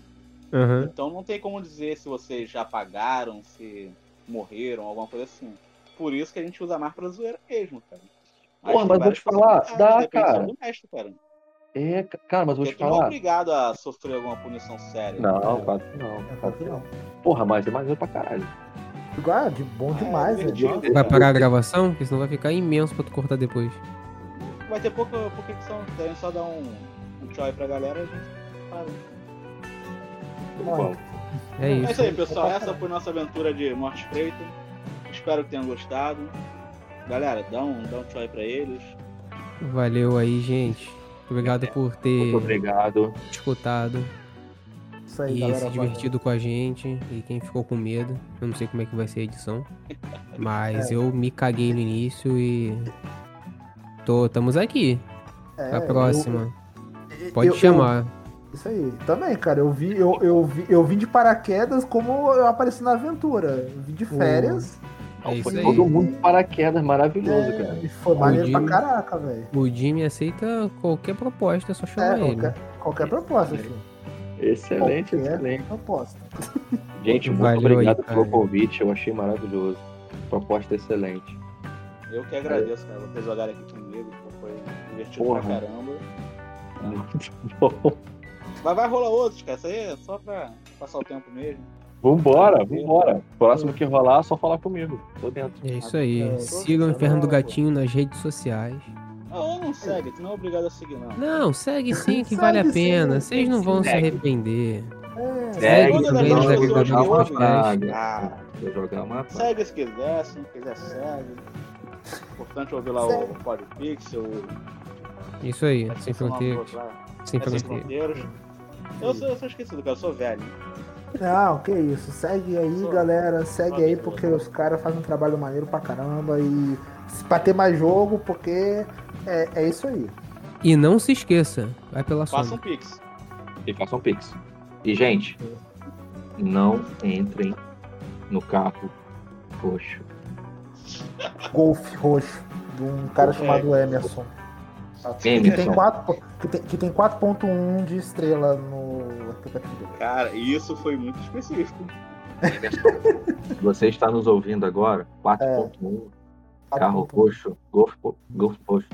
Aham. Então não tem como dizer se vocês já pagaram, se morreram, alguma coisa assim. Por isso que a gente usa mais pra zoeira mesmo, cara. Porra, tem mas vou várias te falar, dá, depende só cara. do mestre, cara. É, ca- cara, mas eu vou Porque te tu não é falar. obrigado a sofrer alguma punição séria. Não, claro que não. é claro que não. Porra, mas é maneiro pra caralho. Ah, de bom demais, é velho. divertido. Vai parar a gravação? Porque senão vai ficar imenso pra tu cortar depois. Vai ter pouca, pouca edição. Devem só dar um, um tchau aí pra galera e a gente para. Mano, É É isso. isso aí, pessoal. Essa foi nossa aventura de Morte Preta. Espero que tenham gostado. Galera, dá um, dá um tchau aí pra eles. Valeu aí, gente. É. Obrigado por ter Muito obrigado. escutado Isso aí, e galera. se valeu. divertido com a gente. E quem ficou com medo, eu não sei como é que vai ser a edição. É. Mas eu me caguei no início e. Tô, estamos aqui. É, A eu- próxima. eu- Pode eu- chamar. eu- isso aí, também, cara. Eu vi, eu, eu vi, eu vim de paraquedas como eu apareci na aventura. Eu vim de férias. É isso Foi aí. todo mundo de paraquedas, maravilhoso, é, cara. e foi maneiro Fudido. pra caraca, velho. O Jimmy aceita qualquer proposta, é só É, chamar ele. qualquer, qualquer proposta, filho. Excelente, Qualquer excelente. Proposta. Gente, muito Valeu aí, obrigado cara. pelo convite, eu achei maravilhoso. Proposta excelente. Eu que agradeço, cara, vocês jogarem aqui comigo. pô, Foi divertido Porra. pra caramba. Muito bom. Mas vai rolar outros, cara. Isso aí é só pra passar o tempo mesmo. Vambora, vambora. Próximo que rolar, só falar comigo. Tô dentro. É isso aí. É, Sigam o Inferno do Gatinho nas redes sociais. Não, não segue, tu não é obrigado a seguir, não. Não, segue sim que Segue vale a sim, pena. né? Vocês não vão se Segue. arrepender. É, Segue Todas as também nos pessoas que agregadores ouvem, sociais. né? Ah, Vou jogar uma. Segue se quiser, se não quiser, segue. Importante ouvir lá o Podpixel, o Isso aí, sem Sensacional fronteiras. Pro lá. Sem É sem fronteiras. fronteiras. Eu sou, eu sou esquecido, cara, eu sou velho. Não, que é, ah, isso. Segue aí, Só- galera. Segue só aí, avisou, porque né? os caras fazem um trabalho maneiro pra caramba. E se- pra ter mais jogo, porque é, é isso aí. E não se esqueça, vai pela Faça um Sony. pix. E façam pix. E, gente, não entrem no carro roxo. Golfe roxo, de um cara chamado Emerson. Que tem Emerson. 4 que tem, que tem 4.1 de estrela no aplicativo dele. Cara, isso foi muito específico. Você está nos ouvindo agora? 4.1, carro 4.1. roxo, golfe golfe roxo.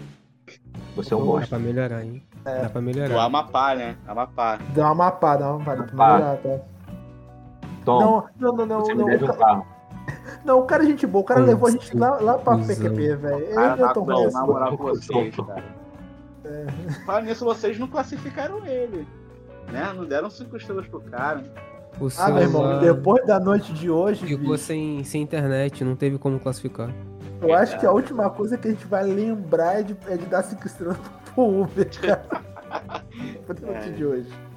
Você é um Dá bosta. pra melhorar, hein? É. Dá pra O melhorar. Amapá, né? Amapá. Dá uma mapada, dá uma mapada. pra Mapada. melhorar, tá? Tom, Não, não, não, não. você não, me deve o um ca- carro. Não, o cara é gente boa. O cara Hum, levou a gente sim. lá, lá pra Cuzão. PQP, velho. Ele Cara, não é na, tão não, ruim na assim. moral com vocês, cara. Fala nisso, vocês não classificaram ele. Né? Não deram cinco estrelas pro cara. O Ah, meu irmão, celular depois da noite de hoje, ficou bicho, sem, sem internet, não teve como classificar. eu acho que a última coisa que a gente vai lembrar é de, é de dar cinco estrelas pro Uber, cara. Depois da noite de hoje.